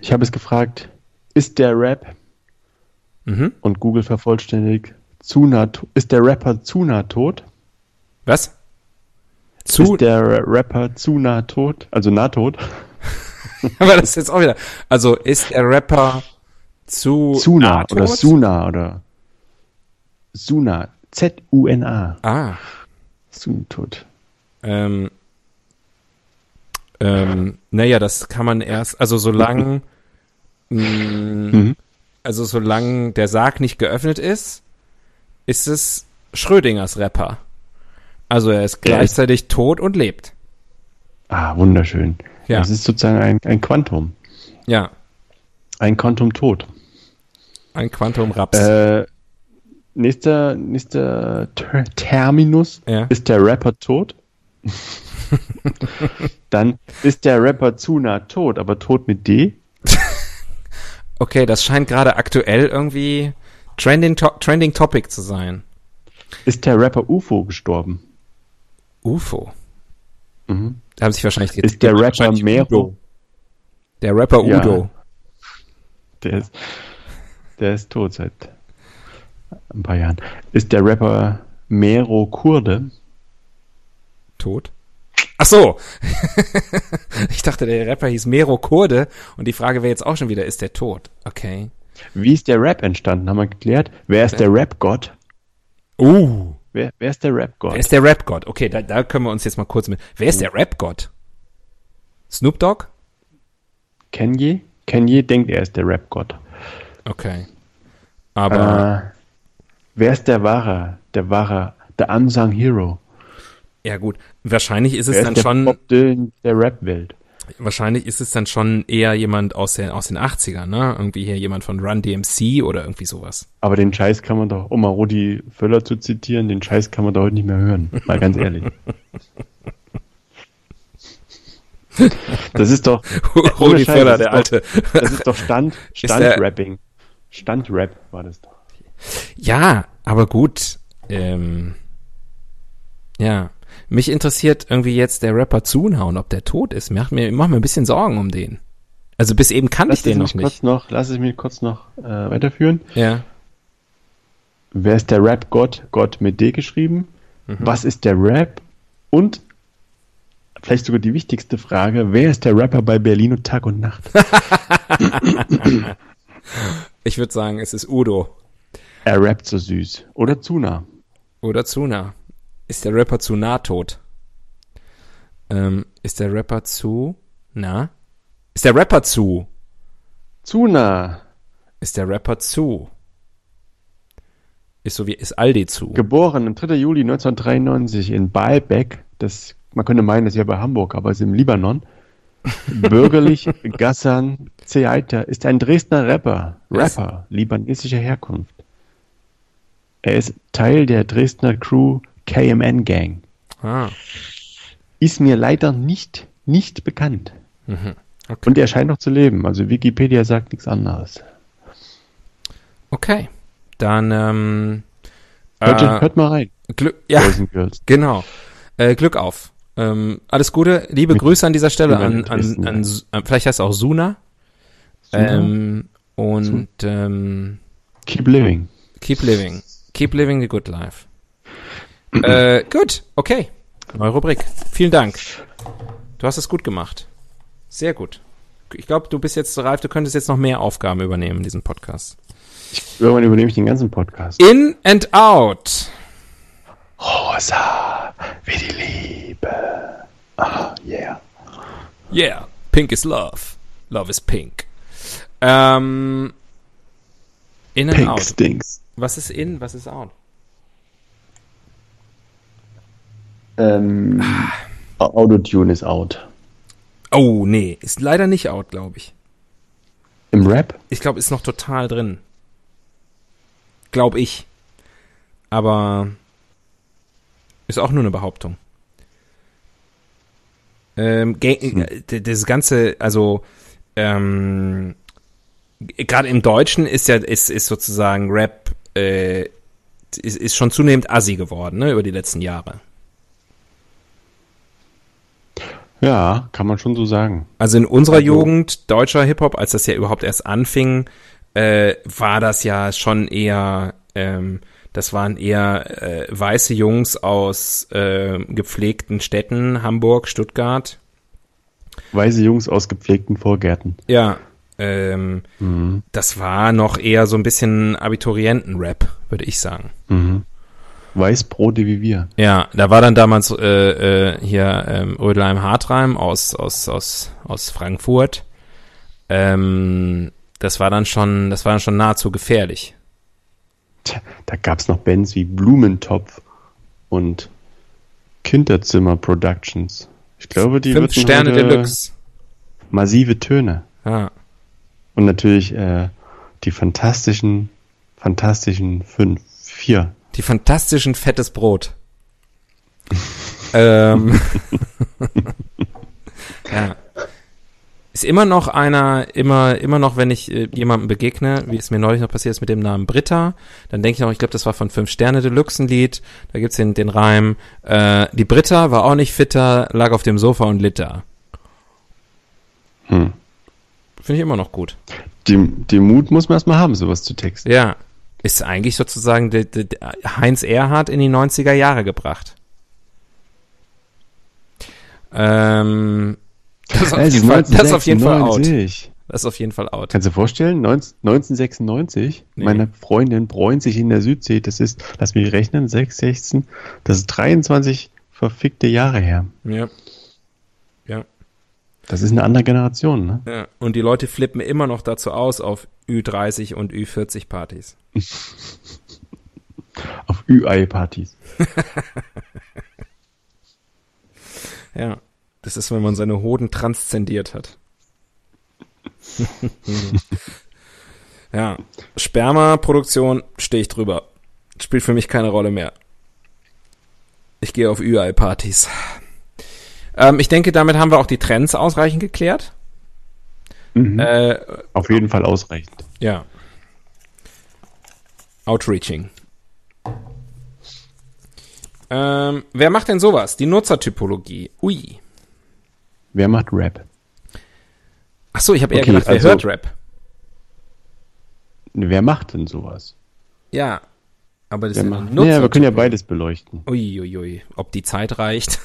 B: Ich habe es gefragt, ist der Rap
A: Mhm.
B: und Google vervollständigt zu nah, to- ist der Rapper zu nah tot?
A: Was? Zu,
B: Ist der Rapper zu nah tot? Also nah tot?
A: aber das ist jetzt auch wieder. Also ist der Rapper zu
B: Zu nah
A: nahtlos?
B: oder Suna oder Suna. Z-U-N-A.
A: Ah,
B: Zu tot.
A: ähm, ähm, naja, das kann man erst, also solange, mh,
B: Mhm.
A: also solange der Sarg nicht geöffnet ist, ist es Schrödingers Rapper. Also er ist
B: Ja,
A: gleichzeitig tot und lebt.
B: Ah, wunderschön.
A: Ja.
B: Das ist sozusagen ein, ein Quantum.
A: Ja,
B: Ein Quantum tot.
A: ein Quantum Raps.
B: Äh, nächster nächster Ter Terminus
A: Ja.
B: ist der Rapper tot. Dann ist der Rapper Zuna tot, aber tot mit D.
A: Okay, das scheint gerade aktuell irgendwie trending, to trending Topic zu sein.
B: Ist der Rapper UFO gestorben?
A: UFO.
B: Mhm.
A: Da haben sich wahrscheinlich
B: Ist der Rapper
A: wahrscheinlich
B: Mero?
A: Udo. Der Rapper
B: Ja.
A: Udo.
B: Der ist, der ist tot seit ein paar Jahren. Ist der Rapper Mero Kurde?
A: Tot? Ach so. ich dachte, der Rapper hieß Mero Kurde und die Frage wäre jetzt auch schon wieder, ist der tot? Okay.
B: Wie ist der Rap entstanden? Haben wir geklärt. Wer ist der Rap-Gott?
A: Uh.
B: Wer, wer ist der
A: Wer
B: Rap-Gott?
A: ist der Rap-Gott? Okay, da, da können wir uns jetzt mal kurz mit. Wer ist der Rap-Gott? Snoop Dogg?
B: Kenye? Kenye denkt, er ist der Rap-Gott.
A: Okay. Aber,
B: Äh, wer ist der wahre, der wahre, der unsung Hero?
A: ja gut, wahrscheinlich ist es
B: Äh. Wer
A: dann
B: ist der
A: schon,
B: Bob Dylan der Rap-Welt?
A: wahrscheinlich ist es dann schon eher jemand aus den, aus den 80ern, ne? Irgendwie hier jemand von Run DMC oder irgendwie sowas.
B: Aber den Scheiß kann man doch, um mal Rudi Völler zu zitieren, den Scheiß kann man doch heute nicht mehr hören. Mal ganz ehrlich. Das ist doch, ohne
A: Rudi
B: Scheiß,
A: Völler,
B: das ist
A: der
B: doch-
A: alte.
B: das ist doch Stand,
A: der-
B: Stand-Rapping. Stand-Rap war das doch.
A: Ja, aber gut. Ähm, ja. Mich interessiert irgendwie jetzt der Rapper Zunha und ob der tot ist. Macht mir, mach mir ein bisschen Sorgen um den. Also bis eben kannte ich
B: Lass es
A: den noch
B: mich
A: nicht.
B: kurz noch, lass es mich kurz noch äh, weiterführen.
A: Ja.
B: Wer ist der Rap-Gott? Gott mit D geschrieben. Was ist der Rap? Und vielleicht sogar die wichtigste Frage, wer ist der Rapper bei Berlino Tag und Nacht?
A: Ich würde sagen, es ist Udo
B: er rappt so süß. Oder Zuna.
A: oder Zuna. Ist der Rapper zu nah tot? Ähm, ist der Rapper zu na? Ist der Rapper zu?
B: Zuna,
A: Ist der Rapper zu? Ist so wie ist Aldi zu?
B: geboren am 3. Juli 1993 in Baalbek. Das, man könnte meinen, das ist ja bei Hamburg, aber es ist im Libanon. Bürgerlich Gassan Zeaita ist ein Dresdner Rapper. Rapper libanesischer Herkunft. Er ist Teil der Dresdner Crew KMN Gang.
A: Ah,
B: ist mir leider nicht, nicht bekannt.
A: mhm. okay.
B: Und er scheint noch zu leben. Also Wikipedia sagt nichts anderes.
A: Okay. Dann ähm,
B: Hört,
A: äh,
B: hört mal rein,
A: Glück, ja,
B: Boys and Girls.
A: genau. Äh, Glück auf. Ähm, alles Gute, liebe Grüße an dieser Stelle an,
B: Mit
A: an, äh,
B: Dresden.
A: an, Su- an vielleicht heißt er auch Suna. Ähm, und ähm,
B: Keep living.
A: Keep living. Keep living the good life. äh, gut, okay. Neue Rubrik. Vielen Dank. Du hast es gut gemacht. Sehr gut. Ich glaube, du bist jetzt so reif, du könntest jetzt noch mehr Aufgaben übernehmen in diesem Podcast.
B: Irgendwann übernehme ich den ganzen Podcast.
A: In and out.
B: Rosa, wie die Liebe. Ah, yeah.
A: Yeah, pink is love. Love is pink. Ähm, in and
B: Pink
A: out.
B: stinks.
A: Was ist in, was ist out?
B: Ähm, Autotune ist out.
A: Oh, nee, ist leider nicht out, glaube ich.
B: Im Rap?
A: Ich glaube, ist noch total drin. Glaub ich. Aber ist auch nur eine Behauptung. Ähm, Ga- äh, d- das ganze, also ähm, g- gerade im Deutschen ist ja ist, ist sozusagen Rap äh, ist, ist schon zunehmend assi geworden ne, über die letzten Jahre.
B: Ja, kann man schon so sagen.
A: Also in unserer
B: Also-
A: Jugend, deutscher Hip-Hop, als das ja überhaupt erst anfing, äh, war das ja schon eher, ähm, das waren eher äh, weiße Jungs aus äh, gepflegten Städten, Hamburg, Stuttgart.
B: Weise Jungs aus gepflegten Vorgärten. Mhm.
A: Ja, ähm, das war noch eher so ein bisschen Abiturienten-Rap, würde ich sagen.
B: Weißbrote wie wir.
A: Ja, da war dann damals äh, äh, hier ähm, Rödelheim Hartreim aus, aus, aus, aus Frankfurt. Ähm, das war dann schon, das war dann schon nahezu gefährlich.
B: Tja, da gab's noch Bands wie Blumentopf und Kinderzimmer Productions. Ich glaube, die
A: Fünf
B: würden
A: Sterne
B: heute
A: Deluxe.
B: massive Töne.
A: Ja.
B: Und natürlich äh, die fantastischen, fantastischen fünf, vier.
A: Die fantastischen fettes Brot. ähm. ja. Ist immer noch einer, immer, immer noch, wenn ich äh, jemandem begegne, wie es mir neulich noch passiert ist mit dem Namen Britta, dann denke ich noch, ich glaube, das war von Fünf Sterne Deluxe ein Lied, da gibt's den, den Reim, äh, die Britta war auch nicht fitter, lag auf dem Sofa und litter.
B: Hm.
A: Finde ich immer noch gut.
B: Den, den Mut muss man erstmal haben, sowas zu texten.
A: Ja. Ist eigentlich sozusagen der, der, der Heinz Erhardt in die 90er Jahre gebracht. Ähm, das, ist auf
B: Also
A: jeden Fall, das ist auf jeden Fall out.
B: 1996.
A: Das ist auf jeden Fall out.
B: Kannst du dir vorstellen, 19, 1996,
A: Nee.
B: meine Freundin bräunt sich in der Südsee, das ist, lass mich rechnen, 6, 16, das ist 23 verfickte Jahre her.
A: Ja. Ja.
B: Das ist eine andere Generation, ne?
A: ja. Und die Leute flippen immer noch dazu aus auf Ü30 und Ü40 Partys.
B: Auf UI-Partys.
A: Ja. Das ist, wenn man seine Hoden transzendiert hat. ja. Sperma-Produktion stehe ich drüber. Spielt für mich keine Rolle mehr. Ich gehe auf UI-Partys. Ähm, ich denke, damit haben wir auch die Trends ausreichend geklärt. Äh,
B: Auf jeden Fall ausreichend.
A: ja. Outreaching. Ähm, wer macht denn sowas? Die Nutzertypologie. Ui.
B: Wer macht Rap?
A: Ach so, ich habe eher
B: Okay,
A: gedacht, wer
B: also-
A: hört Rap?
B: Wer macht denn sowas?
A: Ja, aber das
B: Wer
A: sind
B: macht?
A: Nutzer.
B: Naja, wir können ja beides beleuchten.
A: Uiuiui, ob die Zeit reicht.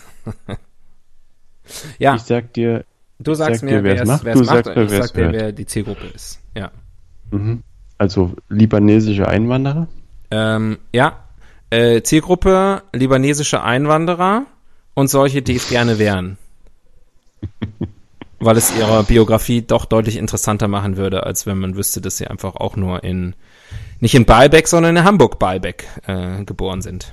A: ja,
B: Ich sag dir,
A: du sagst
B: sag
A: mir,
B: dir,
A: wer es macht, du sagst
B: mir,
A: und ich
B: wer
A: sag
B: es
A: dir,
B: hört.
A: wer die Zielgruppe ist. Ja,
B: also libanesische Einwanderer,
A: ähm, ja. Äh, Zielgruppe libanesische Einwanderer und solche, die es gerne wären. Weil es ihre Biografie doch deutlich interessanter machen würde, als wenn man wüsste, dass sie einfach auch nur in, nicht in Baalbek, sondern in Hamburg-Baalbek äh, geboren sind.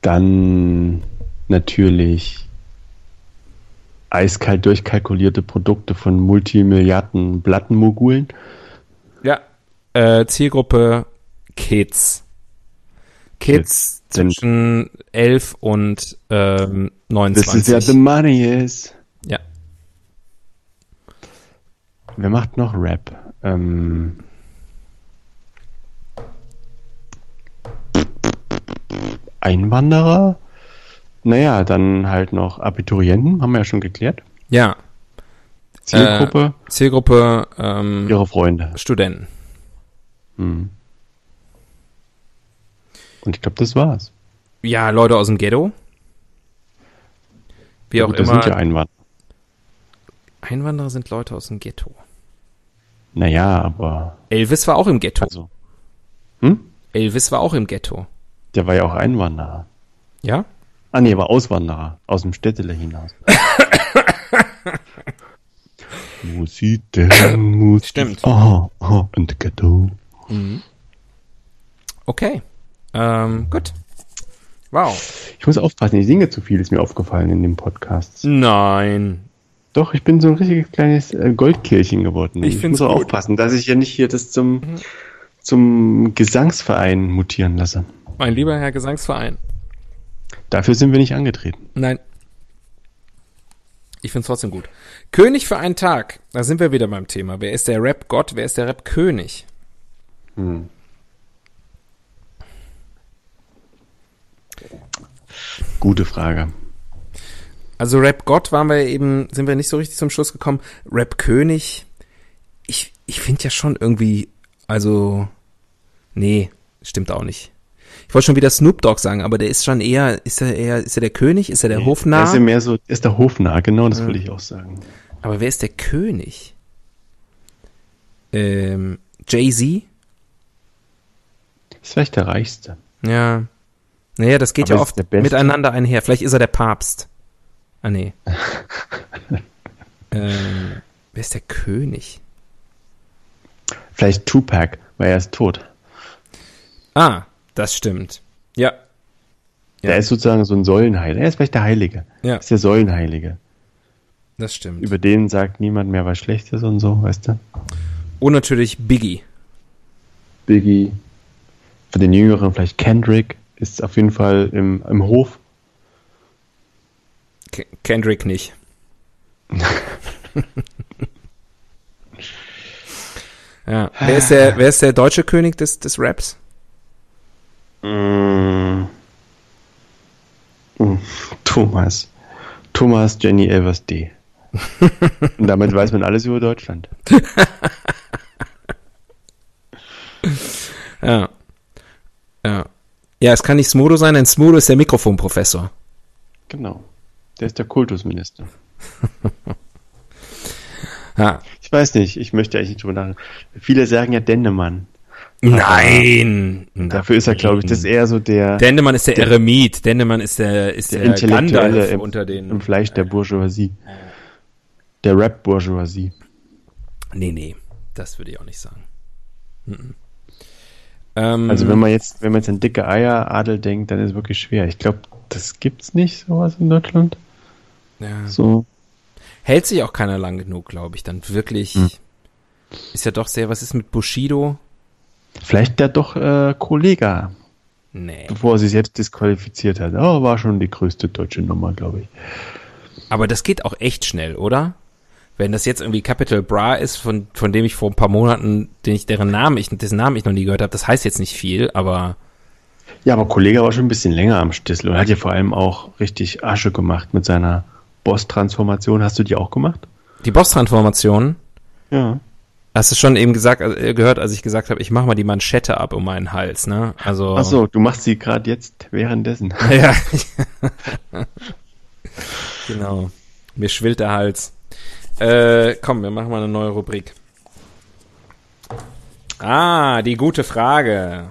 B: dann natürlich eiskalt durchkalkulierte Produkte von Multimilliarden Plattenmogulen.
A: Ja. Äh, Zielgruppe Kids. Kids
B: sind-
A: zwischen 11 und ähm,
B: This is where
A: 29.
B: the money is.
A: ja.
B: Wer macht noch Rap? Ähm, Einwanderer? Naja, dann halt noch Abiturienten, haben wir ja schon geklärt.
A: Ja.
B: Zielgruppe,
A: Äh, Zielgruppe ähm,
B: ihre Freunde.
A: Studenten.
B: Und ich glaube, das war's.
A: Ja, Leute aus dem Ghetto. Wie auch
B: Gut, das
A: immer.
B: sind ja Einwanderer.
A: Einwanderer sind Leute aus dem Ghetto.
B: Naja, aber
A: Elvis war auch im Ghetto.
B: also. Hm?
A: Elvis war auch im Ghetto.
B: Der war ja auch Einwanderer.
A: Ja?
B: Ah nee, er war Auswanderer aus dem Städtele hinaus. Musik, Musik.
A: Stimmt.
B: Oh, oh, in the ghetto.
A: Okay. Ähm, gut. Wow.
B: Ich muss aufpassen, ich singe zu viel, ist mir aufgefallen in dem Podcast.
A: Nein.
B: Doch, ich bin so ein richtiges kleines äh, Goldkirchen geworden.
A: Ich find's
B: muss auch
A: gut. Mhm.
B: aufpassen, dass ich ja nicht hier das zum, zum Gesangsverein mutieren lasse.
A: Mein lieber Herr Gesangsverein.
B: Dafür sind wir nicht angetreten.
A: Nein. Ich find's trotzdem gut. König für einen Tag. Da sind wir wieder beim Thema. Wer ist der Rap-Gott? Wer ist der Rap-König?
B: Gute Frage.
A: Also Rap-Gott waren wir eben, sind wir nicht so richtig zum Schluss gekommen. Rap-König, ich, ich finde ja schon irgendwie, also, nee, stimmt auch nicht. Ich wollte schon wieder Snoop Dogg sagen, aber der ist schon eher, ist er eher, ist er der König, ist er der
B: Er ist ja
A: Hofnarr? Mhm.
B: mehr so, er ist der Hofnarr, genau, das wollte ich auch sagen.
A: Aber wer ist der König? Ähm, Jay-Z?
B: Ist vielleicht der Reichste.
A: Ja. Naja, das geht
B: Aber
A: ja
B: ist der
A: oft
B: Beste?
A: miteinander einher. Vielleicht ist er der Papst. Ah, nee. ähm, wer ist der König?
B: Vielleicht Tupac, weil er ist tot.
A: Ah, das stimmt. Ja. Ja.
B: Er ist sozusagen so ein Säulenheiler. Er ist vielleicht der Heilige.
A: Ja.
B: Ist der Säulenheilige.
A: Das stimmt.
B: Über den sagt niemand mehr was Schlechtes und so, weißt du?
A: Und natürlich Biggie.
B: Biggie. Von den Jüngeren vielleicht Kendrick. Ist auf jeden Fall im, im Hof.
A: Ke- Kendrick nicht. ja. Wer ist der, wer ist der deutsche König des, des Raps?
B: Mm. Mm. Thomas. Thomas Jenny Elvers D. und damit weiß man alles über Deutschland.
A: Ja. Ja. Ja, es kann nicht Smudo sein, denn Smudo ist der Mikrofonprofessor.
B: Genau. Der ist der Kultusminister.
A: Ja.
B: Ich weiß nicht, ich möchte eigentlich nicht drüber nachdenken. Viele sagen ja Dendemann.
A: Nein!
B: Dafür ist er, glaube ich, das ist eher so der,
A: Dendemann ist der, Eremit. Dendemann ist der, ist der,
B: Intellektuelle
A: Äh, Gandalf
B: im,
A: unter
B: im
A: den. Äh,
B: Fleisch der Bourgeoisie. Der Rap-Bourgeoisie.
A: Nee, nee. Das würde ich auch nicht sagen. Mhm. Ähm,
B: Also wenn man jetzt, wenn man jetzt an dicke Eier Adel denkt, dann ist es wirklich schwer. Ich glaube, das gibt's nicht, sowas in Deutschland.
A: ja.
B: So.
A: hält sich auch keiner lang genug, glaube ich. Dann wirklich
B: Hm.
A: ist ja doch sehr, was ist mit Bushido?
B: Vielleicht der doch äh, Kollega,
A: Nee.
B: bevor er sich selbst disqualifiziert hat. Aber war schon die größte deutsche Nummer, glaube ich.
A: Aber das geht auch echt schnell, oder? Wenn das jetzt irgendwie Capital Bra ist, von, von dem ich vor ein paar Monaten, den ich, deren Namen ich, dessen Namen ich noch nie gehört habe, das heißt jetzt nicht viel, aber
B: Ja, aber Kollega war schon ein bisschen länger am Stissel und hat ja vor allem auch richtig Asche gemacht mit seiner Boss-Transformation. Hast du die auch gemacht?
A: die Boss-Transformation,
B: Ja.
A: hast du schon eben gesagt, äh, gehört, als ich gesagt habe, ich mach mal die Manschette ab um meinen Hals, ne? Also.
B: Ach so, du machst sie gerade jetzt währenddessen.
A: Ja. genau. Mir schwillt der Hals. Äh, komm, wir machen mal eine neue Rubrik. Ah, die gute Frage.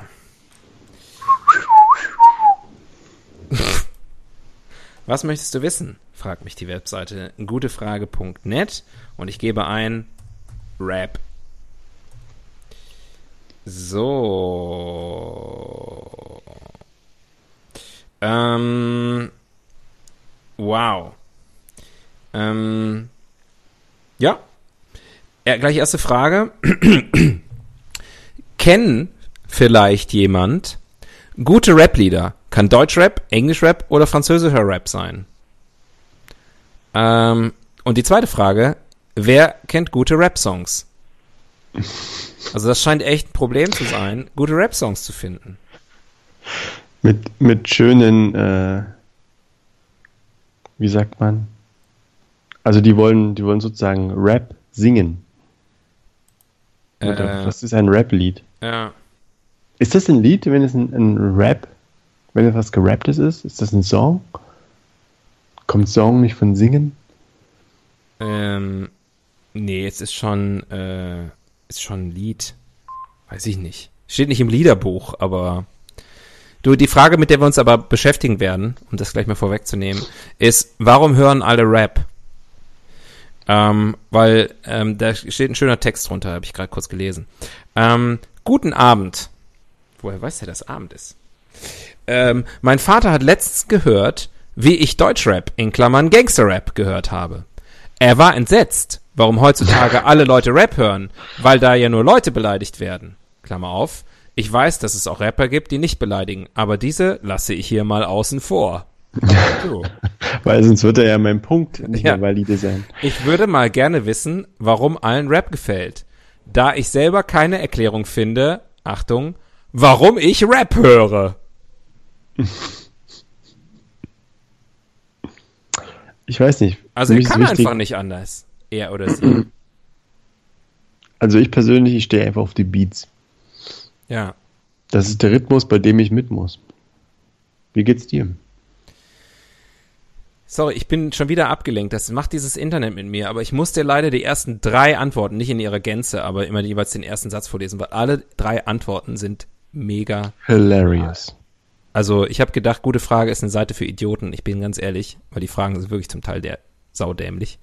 A: Was möchtest du wissen? fragt mich die Webseite gutefrage.net und ich gebe ein Rap. So. Ähm, wow. Ähm, ja. ja. Gleich erste Frage. Kennen vielleicht jemand gute Rap-Lieder? Kann Deutschrap, Englischrap oder französischer Rap sein? Ähm, und die zweite Frage. Wer kennt gute Rap-Songs? Also das scheint echt ein Problem zu sein, gute Rap-Songs zu finden.
B: Mit, mit schönen, äh, wie sagt man? Also die wollen, die wollen sozusagen Rap singen.
A: Äh,
B: Das ist ein Rap-Lied.
A: ja.
B: Ist das ein Lied, wenn es ein, ein Rap, wenn es was Gerapptes ist? Ist das ein Song? Kommt Song nicht von Singen?
A: Ähm, nee, es ist schon, äh, ist schon ein Lied. Weiß ich nicht. Steht nicht im Liederbuch, aber. Du, die Frage, mit der wir uns aber beschäftigen werden, um das gleich mal vorwegzunehmen, ist, warum hören alle Rap? Ähm, weil ähm, da steht ein schöner Text drunter, habe ich gerade kurz gelesen. Ähm, guten Abend. Woher weiß der, dass Abend ist? Ähm, mein Vater hat letztens gehört, wie ich Deutschrap in Klammern Gangsterrap gehört habe. Er war entsetzt, warum heutzutage alle Leute Rap hören, weil da ja nur Leute beleidigt werden. Klammer auf. Ich weiß, dass es auch Rapper gibt, die nicht beleidigen, aber diese lasse ich hier mal außen vor. So.
B: Weil sonst wird er ja mein Punkt nicht
A: Ja.
B: mehr valide sein.
A: Ich würde mal gerne wissen, warum allen Rap gefällt. Da ich selber keine Erklärung finde, Achtung, warum ich Rap höre.
B: Ich weiß nicht.
A: Also
B: Für
A: er
B: mich ist
A: kann
B: wichtig-
A: einfach nicht anders. Er oder sie.
B: Also ich persönlich, ich stehe einfach auf die Beats.
A: ja.
B: Das ist der Rhythmus, bei dem ich mit muss. Wie geht's dir?
A: Sorry, ich bin schon wieder abgelenkt. Das macht dieses Internet mit mir. Aber ich muss dir leider die ersten drei Antworten, nicht in ihrer Gänze, aber immer jeweils den ersten Satz vorlesen, weil alle drei Antworten sind mega.
B: Hilarious.
A: Also ich habe gedacht, gute Frage ist eine Seite für Idioten. Ich bin ganz ehrlich, weil die Fragen sind wirklich zum Teil der saudämlich.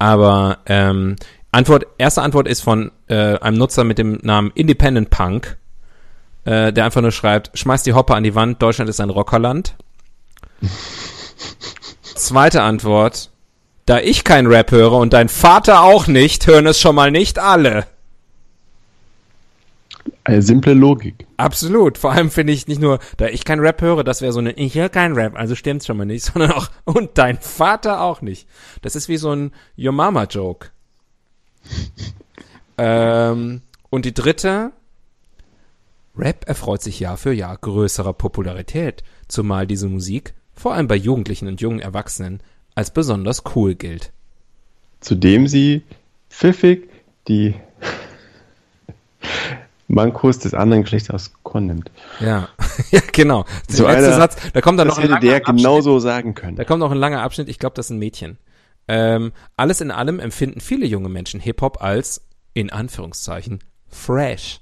A: Aber ähm, Antwort, erste Antwort ist von äh, einem Nutzer mit dem Namen Independent Punk, äh, der einfach nur schreibt: Schmeißt die Hopper an die Wand. Deutschland ist ein Rockerland. Zweite Antwort. Da ich kein Rap höre und dein Vater auch nicht, hören es schon mal nicht alle.
B: Eine simple Logik.
A: Absolut. Vor allem finde ich nicht nur, da ich kein Rap höre, das wäre so eine, ich höre kein Rap, also stimmt's schon mal nicht, sondern auch, und dein Vater auch nicht. Das ist wie so ein Your Mama Joke. ähm, und die dritte, Rap erfreut sich Jahr für Jahr größerer Popularität, zumal diese Musik, vor allem bei Jugendlichen und jungen Erwachsenen, als besonders cool gilt.
B: Zudem sie pfiffig die Mankos des anderen Geschlechts aus Korn nimmt.
A: Ja, ja genau. Der
B: So
A: letzte
B: einer-
A: Satz, da kommt dann noch
B: Das
A: ein
B: hätte
A: langer
B: der genau
A: Abschnitt.
B: genauso sagen können.
A: Da kommt noch ein langer Abschnitt, ich glaube, das ist ein Mädchen. Ähm, alles in allem empfinden viele junge Menschen Hip-Hop als, in Anführungszeichen, fresh,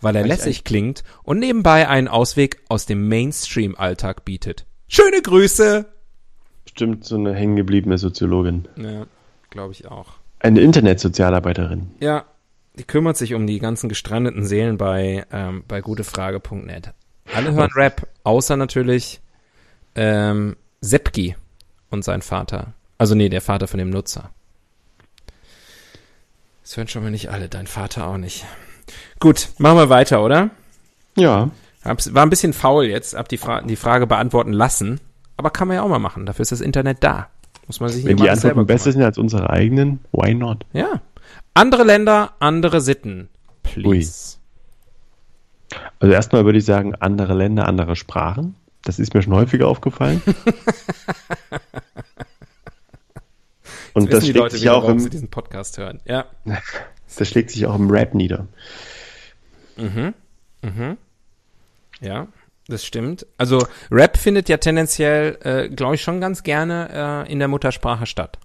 A: weil er lässig klingt und nebenbei einen Ausweg aus dem Mainstream-Alltag bietet. Schöne Grüße!
B: Bestimmt so eine hängengebliebene Soziologin.
A: Ja, glaube ich auch.
B: Eine Internetsozialarbeiterin.
A: Ja, die kümmert sich um die ganzen gestrandeten Seelen bei, ähm, bei gutefrage.net. Alle hören Rap, außer natürlich ähm, Sepki und sein Vater. Also nee, der Vater von dem Nutzer. Das hören schon mal nicht alle, dein Vater auch nicht. Gut, machen wir weiter, oder?
B: Ja.
A: Hab's, war ein bisschen faul jetzt, hab die, Fra die Frage beantworten lassen. Aber kann man ja auch mal machen, dafür ist das Internet da. Muss man sich
B: Wenn
A: nicht
B: die
A: mal selber
B: Antworten
A: kümmern.
B: besser sind als unsere eigenen, why not?
A: Ja. Andere Länder, andere Sitten. Please.
B: Also erstmal würde ich sagen, andere Länder, andere Sprachen. Das ist mir schon häufiger aufgefallen. Und das
A: wissen die
B: schlägt,
A: Leute
B: sich
A: wieder,
B: auch
A: warum sie
B: im,
A: diesen Podcast hören. Ja.
B: das schlägt sich auch im Rap nieder.
A: Ja, das stimmt. Also Rap findet ja tendenziell, äh, glaube ich, schon ganz gerne äh, in der Muttersprache statt.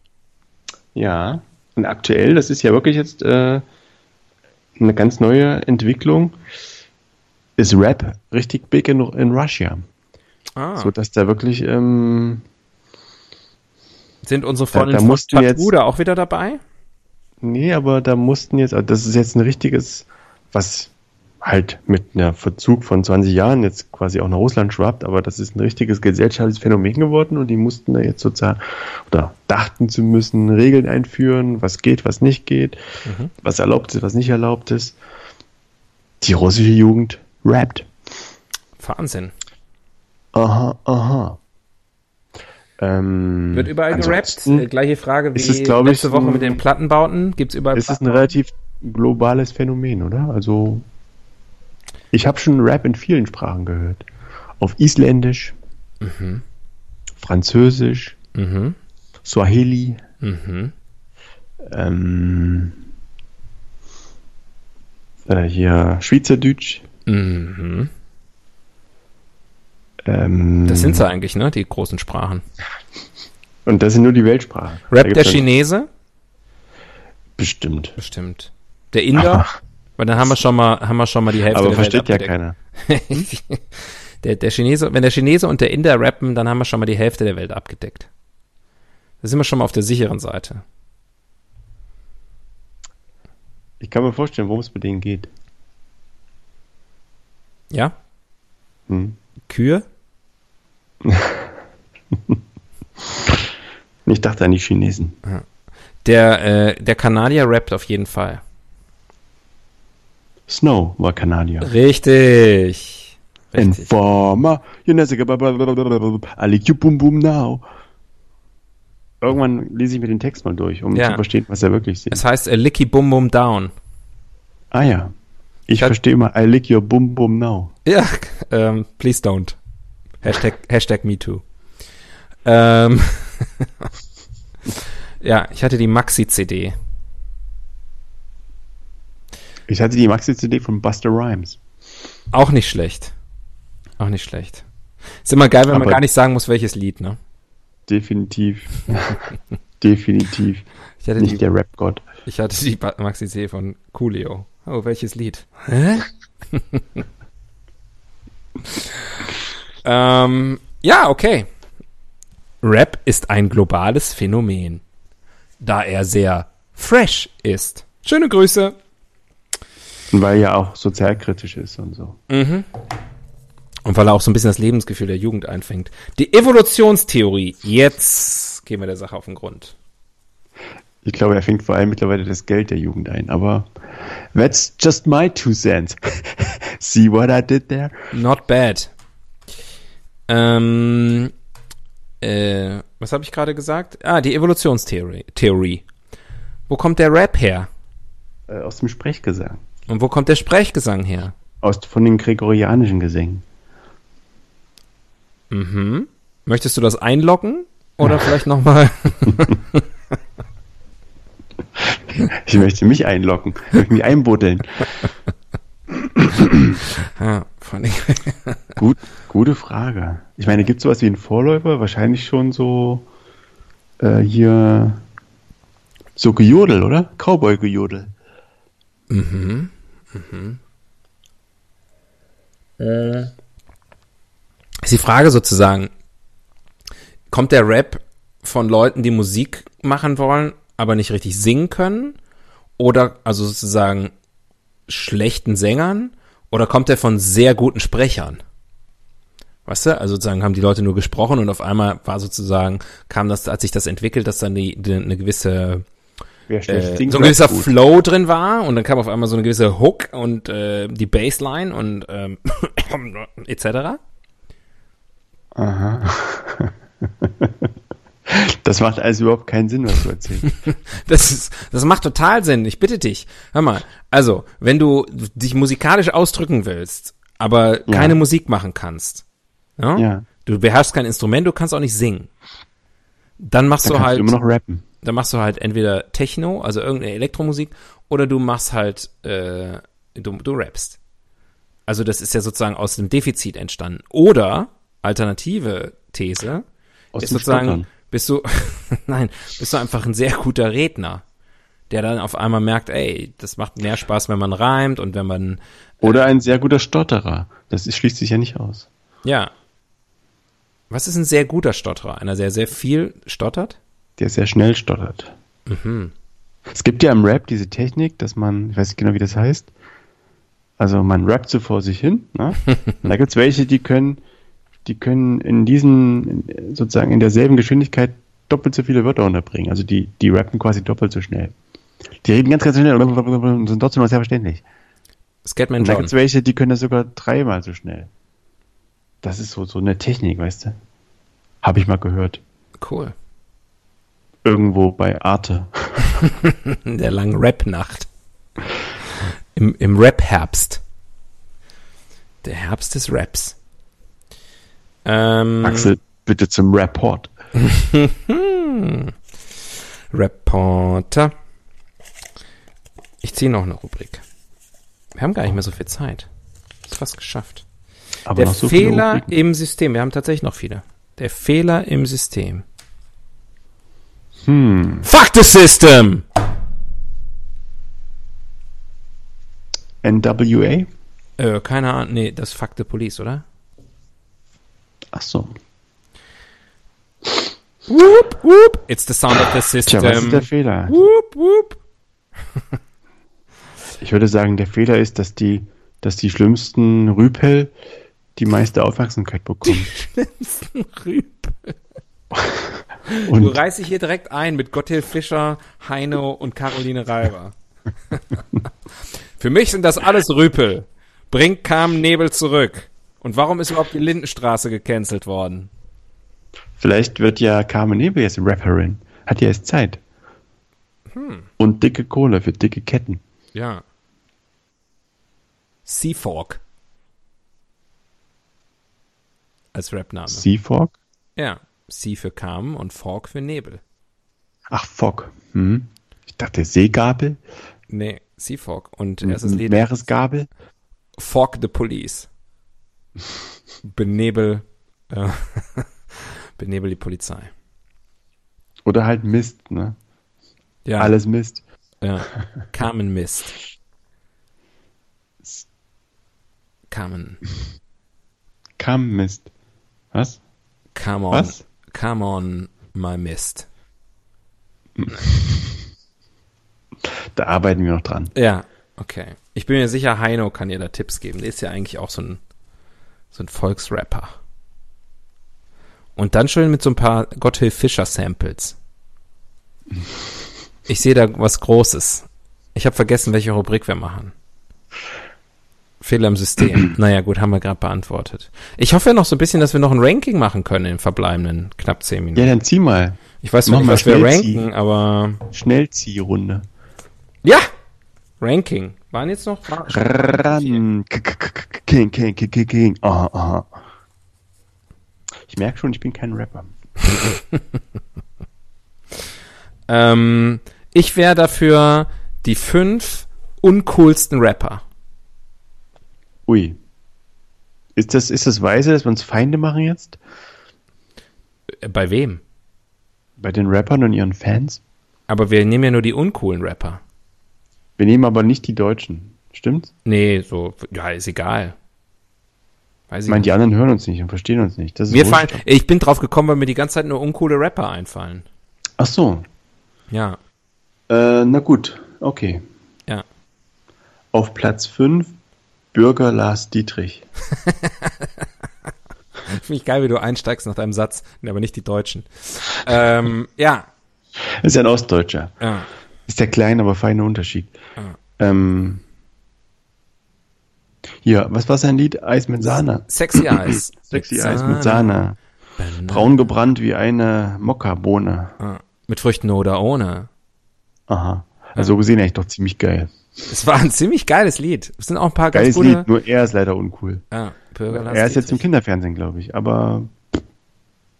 B: Ja. Und aktuell, das ist ja wirklich jetzt äh, eine ganz neue Entwicklung, ist Rap richtig big in, in Russia.
A: Ah,
B: So dass da wirklich ähm,
A: sind unsere Freundinnen
B: da
A: von
B: mussten wir jetzt-
A: Tabuda auch wieder dabei?
B: Nee, aber da mussten jetzt, also das ist jetzt ein richtiges, was halt mit einer Verzug von 20 Jahren jetzt quasi auch nach Russland schwappt, aber das ist ein richtiges gesellschaftliches Phänomen geworden und die mussten da jetzt sozusagen oder dachten zu müssen, Regeln einführen, was geht, was nicht geht,
A: Mhm.
B: was erlaubt ist, was nicht erlaubt ist. Die russische Jugend rappt.
A: Wahnsinn.
B: Aha, aha. Ähm,
A: Wird überall gerappt.
B: ansonsten
A: Äh, gleiche Frage wie
B: ist es, glaub ich,
A: letzte Woche
B: ein-
A: mit den Plattenbauten. Gibt's überall
B: Es ist ein
A: Platten-
B: relativ globales Phänomen, oder? Also, ich habe schon Rap in vielen Sprachen gehört. Auf Isländisch, Französisch,
A: Mhm.
B: Swahili,
A: Mhm.
B: ähm, äh, hier Schweizerdeutsch.
A: Mhm.
B: Ähm,
A: Das sind sie eigentlich, ne? Die großen Sprachen.
B: Und das sind nur die Weltsprachen. Da
A: Rap
B: gibt's
A: der
B: dann-
A: Chinese?
B: Bestimmt.
A: Bestimmt. Der Inder? Weil dann haben wir schon mal, haben wir schon mal die Hälfte
B: Aber
A: der Welt
B: versteht ja
A: abgedeckt.
B: keiner.
A: der, der Chinese, wenn der Chinese und der Inder rappen, dann haben wir schon mal die Hälfte der Welt abgedeckt. Da sind wir schon mal auf der sicheren Seite.
B: Ich kann mir vorstellen, worum es bei denen geht.
A: Ja?
B: Hm.
A: Kühe?
B: Ich dachte an die Chinesen.
A: Der, äh, der Kanadier rappt auf jeden Fall.
B: Snow war Kanadier.
A: Richtig.
B: Hm.
A: Richtig.
B: Informer, you know, I you boom boom now. Irgendwann lese ich mir den Text mal durch, um
A: Ja.
B: zu verstehen, was er wirklich singt.
A: Es heißt äh, Licky Bum Bum Down.
B: Ah ja. Ich
A: Das-
B: verstehe immer, I lick your boom boom now.
A: Ja, ähm, please don't. Hashtag, Hashtag MeToo. Ähm, ja, ich hatte die Maxi-CD.
B: Ich hatte die Maxi-CD von Buster Rhymes.
A: Auch nicht schlecht. Auch nicht schlecht. Ist immer geil, wenn man
B: Aber-
A: gar nicht sagen muss, welches Lied, ne?
B: Definitiv. Definitiv.
A: Ich hatte
B: Nicht
A: die,
B: der Rap-Gott.
A: ich hatte die Ba- Maxi-CD von Coolio. Oh, welches Lied? Hä? ähm, ja, okay. Rap ist ein globales Phänomen, da er sehr fresh ist. Schöne Grüße.
B: Und weil er auch sozialkritisch ist und so.
A: Und weil er auch so ein bisschen das Lebensgefühl der Jugend einfängt. Die Evolutionstheorie. Jetzt gehen wir der Sache auf den Grund.
B: Ich glaube, er fängt vor allem mittlerweile das Geld der Jugend ein, aber that's just my two cents. See what I did there?
A: Not bad. Ähm, äh, was habe ich gerade gesagt? Ah, die Evolutionstheorie. Theorie. Wo kommt der Rap her?
B: Äh, aus dem Sprechgesang.
A: Und wo kommt der Sprechgesang her?
B: Aus, von den gregorianischen Gesängen.
A: Möchtest du das einloggen? Oder vielleicht nochmal?
B: Ich möchte mich einlocken, ich möchte mich einbuddeln.
A: ah, von den-
B: Gut, gute Frage. Ich meine, gibt es sowas wie einen Vorläufer? Wahrscheinlich schon so äh, hier so Gejodel, oder? Cowboy-Gejodel.
A: ist die Frage sozusagen, kommt der Rap von Leuten, die Musik machen wollen, aber nicht richtig singen können? Oder also sozusagen schlechten Sängern? Oder kommt der von sehr guten Sprechern? Weißt du, also sozusagen haben die Leute nur gesprochen und auf einmal war sozusagen, kam das, hat sich das entwickelt, dass dann die, die eine gewisse
B: Wer schlecht
A: äh,
B: singt,
A: so ein gewisser
B: bleibt gut.
A: Flow drin war und dann kam auf einmal so eine gewisse Hook und äh, die Bassline und ähm, etc.
B: Das macht alles überhaupt keinen Sinn, was du erzählst.
A: Das, ist, das macht total Sinn, ich bitte dich. Hör mal, also, wenn du dich musikalisch ausdrücken willst, aber
B: Ja.
A: keine Musik machen kannst, ja?
B: Ja.
A: du beherrschst kein Instrument, du kannst auch nicht singen, dann machst
B: Dann
A: du
B: kannst
A: halt,
B: du immer noch rappen.
A: dann machst du halt entweder Techno, also irgendeine Elektromusik, oder du machst halt, äh, du, du rappst. Also das ist ja sozusagen aus dem Defizit entstanden. Oder, alternative These,
B: Aus
A: ist
B: dem
A: sozusagen,
B: Stottern.
A: bist du, nein, bist du einfach ein sehr guter Redner, der dann auf einmal merkt, ey, das macht mehr Spaß, wenn man reimt und wenn man,
B: Oder ein sehr guter Stotterer. Das ist, schließt sich ja nicht aus.
A: ja. Was ist ein sehr guter Stotterer? Einer, der sehr viel stottert?
B: Der sehr schnell stottert. Es gibt ja im Rap diese Technik, dass man, ich weiß nicht genau, wie das heißt, also man rappt so vor sich hin. Ne? Und da gibt's welche, die können, die können in diesen, in- sozusagen in derselben Geschwindigkeit doppelt so viele Wörter unterbringen. Also die, die rappen quasi doppelt so schnell. Die reden ganz, ganz schnell und sind trotzdem noch sehr verständlich.
A: Scatman
B: Und da
A: John.
B: gibt's welche, die können das sogar dreimal so schnell. Das ist so, so eine Technik, weißt du? Habe ich mal gehört.
A: Cool.
B: Irgendwo bei Arte.
A: In der langen Rap-Nacht. Im, im Rap-Herbst. Der Herbst des Raps. Ähm,
B: Axel, bitte zum Rapport.
A: Reporter. Ich ziehe noch eine Rubrik. Wir haben gar nicht mehr so viel Zeit. Ist fast geschafft.
B: Aber
A: Der
B: noch so viele
A: Fehler
B: Rubriken.
A: im System. Wir haben tatsächlich noch viele. Der Fehler im System. Hm. Fuck the system!
B: NWA?
A: Äh, keine Ahnung. Nee, das ist Fuck the Police, oder?
B: Ach so.
A: Whoop, whoop. It's the sound of the
B: Tja,
A: system.
B: was ist der Fehler?
A: whoop, whoop.
B: Ich würde sagen, der Fehler ist, dass die, dass die schlimmsten Rüpel die meiste Aufmerksamkeit bekommen.
A: Du
B: Und
A: reißt dich hier direkt ein mit Gotthilf Fischer, Heino und Caroline Reiber. Für mich sind das alles Rüpel. Brink kam Nebel zurück. Und warum ist überhaupt die Lindenstraße gecancelt worden?
B: vielleicht wird ja Carmen Nebel jetzt Rapperin. Hat ja jetzt Zeit.
A: Hm.
B: Und dicke Kohle für dicke Ketten.
A: Ja. Seafork. Als Rapname.
B: Seafog?
A: ja. Sea für Kamen und Fork für Nebel.
B: Ach, Fog. Hm. Ich dachte Seegabel,
A: Nee, Seafork. Und
B: Mhm.
A: erstes Lied
B: Meeresgabel.
A: Fork the Police. Benebel, äh, benebel die Polizei.
B: Oder halt Mist, ne?
A: Ja,
B: Alles Mist.
A: Ja. Carmen Mist. Carmen.
B: Kam Mist. Was?
A: Come on.
B: Was?
A: Come on, my Mist.
B: Da arbeiten wir noch dran.
A: Ja, okay. Ich bin mir sicher, Heino kann ihr da Tipps geben. Der ist ja eigentlich auch so ein, so ein Volksrapper. Und dann schön mit so ein paar Gotthilf Fischer Samples. Ich sehe da was Großes. Ich habe vergessen, welche Rubrik wir machen. Fehler im System. naja, gut, haben wir gerade beantwortet. Ich hoffe ja noch so ein bisschen, dass wir noch ein Ranking machen können in den verbleibenden knapp zehn Minuten.
B: Ja, dann zieh mal.
A: ich weiß noch
B: mach
A: nicht,
B: mal
A: was wir
B: schnell
A: ranken,
B: ziehen.
A: aber.
B: Schnellziehrunde.
A: Ja! Ranking. Waren jetzt noch.
B: Ran. K- k- k- k- King, King, King, King, King. Ah, ah. Ich merke schon, ich bin kein Rapper.
A: Ähm, ich wäre dafür die fünf uncoolsten Rapper.
B: Ui. Ist das, ist das weise, dass wir uns Feinde machen jetzt?
A: Äh, Bei wem?
B: Bei den Rappern und ihren Fans?
A: Aber wir nehmen ja nur die uncoolen Rapper.
B: Wir nehmen aber nicht die Deutschen. Stimmt's?
A: Nee, so, ja, ist egal. Weiß
B: Ich
A: ich
B: meine,
A: nicht.
B: die anderen hören uns nicht und verstehen uns nicht. Das ist
A: Mir
B: wurscht.
A: fallen, ich bin drauf gekommen, weil mir die ganze Zeit nur uncoole Rapper einfallen.
B: Ach so.
A: Ja,
B: Äh, na gut. Okay.
A: ja.
B: Auf Platz 5 Bürger Lars Dietrich.
A: Finde ich geil, wie du einsteigst nach deinem Satz, Nee, aber nicht die Deutschen. Ähm, ja,
B: Ist ja ein Ostdeutscher.
A: ja.
B: Ist der kleine, aber feine Unterschied. Ähm, hier, was war sein Lied? Eis mit Sahne.
A: Sexy Eyes.
B: Sexy Eis mit Sahne.
A: Banane.
B: Braun gebrannt wie eine Mokkabohne.
A: Ah, Mit Früchten oder ohne.
B: Aha. Also gesehen eigentlich doch ziemlich geil.
A: Es war ein ziemlich geiles Lied. Es sind auch ein paar ganz
B: Geiles
A: gute.
B: Lied, nur er ist leider uncool.
A: Ja, Bürger Lars
B: er ist jetzt im
A: Dietrich.
B: Kinderfernsehen, glaube ich. Aber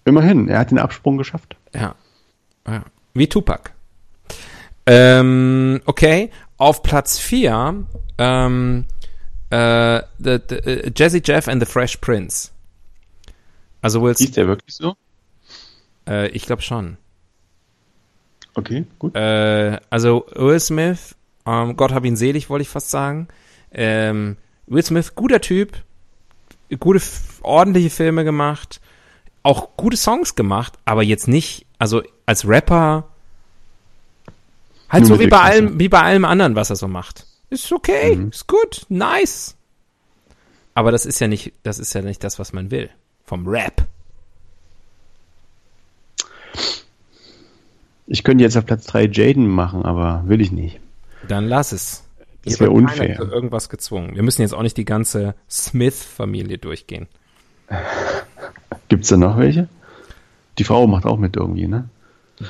B: immerhin, er hat den Absprung geschafft.
A: Ja. ja. Wie Tupac. Ähm, okay, auf Platz 4 ähm, äh, the, the, äh, Jazzy Jeff and the Fresh Prince. Also Will
B: Hieß
A: Smith,
B: der wirklich so?
A: äh, ich glaube schon.
B: Okay, gut.
A: Äh, also Will Smith, ähm, Gott hab ihn selig, wollte ich fast sagen. Ähm, Will Smith, guter Typ, gute, f- ordentliche Filme gemacht, auch gute Songs gemacht, aber jetzt nicht, also als Rapper, halt
B: Nur
A: so
B: mit
A: wie
B: der
A: bei
B: Klasse.
A: allem, wie bei allem anderen, was er so macht. Ist okay,
B: Mhm.
A: ist gut, nice. Aber das ist ja nicht, das ist ja nicht das, was man will. Vom Rap.
B: Ich könnte jetzt auf Platz 3 Jaden machen, aber will ich nicht.
A: Dann lass es.
B: Das
A: Hier
B: wäre
A: wird keiner
B: unfair.
A: Zu irgendwas gezwungen. Wir müssen jetzt auch nicht die ganze Smith-Familie durchgehen.
B: Gibt's da noch welche? Die Frau macht auch mit irgendwie, ne?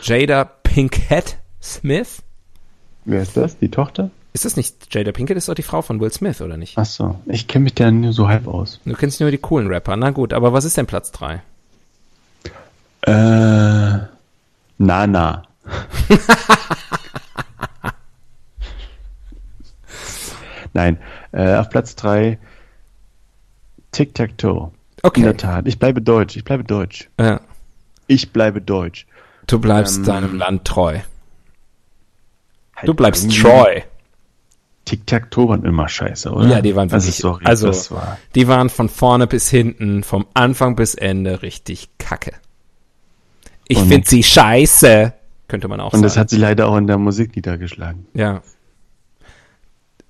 A: Jada Pinkett Smith?
B: Wer ist das? Die Tochter?
A: Ist das nicht Jada Pinkett? Ist doch die Frau von Will Smith, oder nicht?
B: Ach so, ich kenne mich da nur so halb aus.
A: Du kennst nur die coolen Rapper. Na gut, aber was ist denn Platz 3?
B: Äh, Nana. Nein, Äh, auf Platz 3 Tic-Tac-Toe. In
A: Okay.
B: der Tat. Ich bleibe deutsch. Ich bleibe deutsch.
A: Ja.
B: Ich bleibe deutsch.
A: Du bleibst
B: Ähm,
A: deinem Land treu.
B: Halt
A: Du bleibst
B: irgendwie-
A: treu.
B: Tic-Tac-Toe waren immer scheiße, oder?
A: Ja, die waren
B: also,
A: wirklich-
B: sorry,
A: also-
B: das war.
A: Die waren von vorne bis hinten, vom Anfang bis Ende richtig kacke. Ich
B: Und-
A: find sie scheiße, könnte man auch
B: Und das
A: sagen.
B: hat sie leider auch in der Musik niedergeschlagen.
A: ja.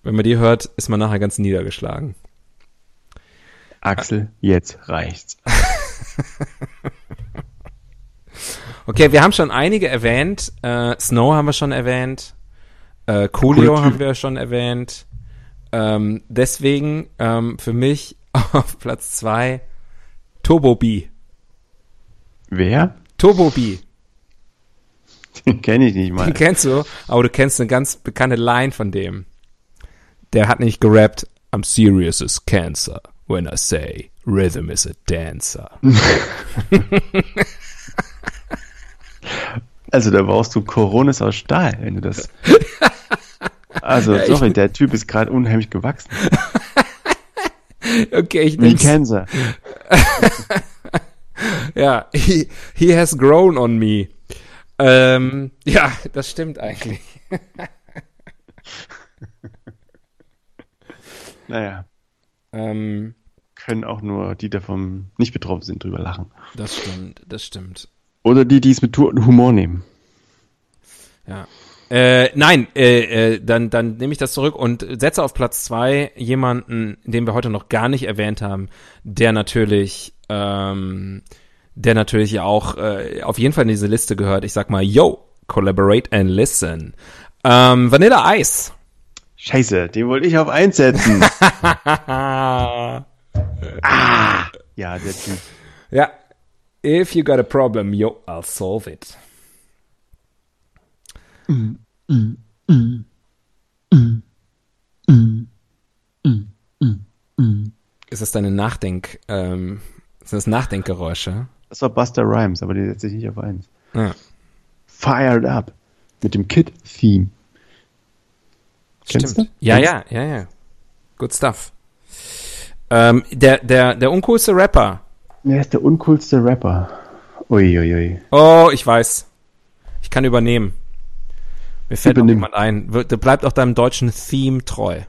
A: Wenn man die hört, ist man nachher ganz niedergeschlagen.
B: Axel, jetzt reicht's.
A: Okay, wir haben schon einige erwähnt. Äh, Snow haben wir schon erwähnt. Äh,
B: Cooler
A: Coolio
B: Typ.
A: haben wir schon erwähnt. Ähm, deswegen ähm, für mich auf Platz zwei Turbo B.
B: Wer?
A: Turbo B.
B: Den kenne ich nicht mal.
A: Den kennst du, aber du kennst eine ganz bekannte Line von dem. Der hat nicht gerappt, I'm serious as cancer when I say rhythm is a dancer.
B: Hm. Also da brauchst du Coronas aus Stahl, wenn du das. Also, sorry, der Typ ist gerade unheimlich gewachsen.
A: Okay, ich
B: Wie
A: nehm's.
B: Cancer.
A: Ja, he, he has grown on me. Ähm, ja, das stimmt eigentlich.
B: Naja,
A: Ähm,
B: können auch nur die die davon nicht betroffen sind, drüber lachen.
A: das stimmt, das stimmt.
B: Oder die, die es mit Tu- Humor nehmen.
A: Ja. Äh, nein, äh, äh, dann, dann nehme ich das zurück und setze auf Platz zwei jemanden, den wir heute noch gar nicht erwähnt haben, der natürlich, ähm, der natürlich ja auch äh, auf jeden Fall in diese Liste gehört. Ich sag mal, yo, collaborate and listen. Ähm, Vanilla Ice.
B: Scheiße, den wollte ich auf einsetzen.
A: Ah.
B: ja, der Typ.
A: Ja. If you got a problem, yo, I'll solve it. Ist das deine Nachdenk, ähm, sind das Nachdenkgeräusche?
B: Das war Buster Rhymes, aber den setze ich nicht auf eins.
A: Ja.
B: Fired Up. Mit dem Kid-Theme. Kennst du?
A: Ja, ja, ja, ja. Good stuff. Ähm, der, der, der uncoolste Rapper.
B: Er ist der uncoolste Rapper. Uiuiui.
A: Oh, ich weiß. Ich kann übernehmen. Mir fällt noch
B: Übernimm.
A: jemand ein. Wir- Der bleibt auch deinem deutschen Theme treu.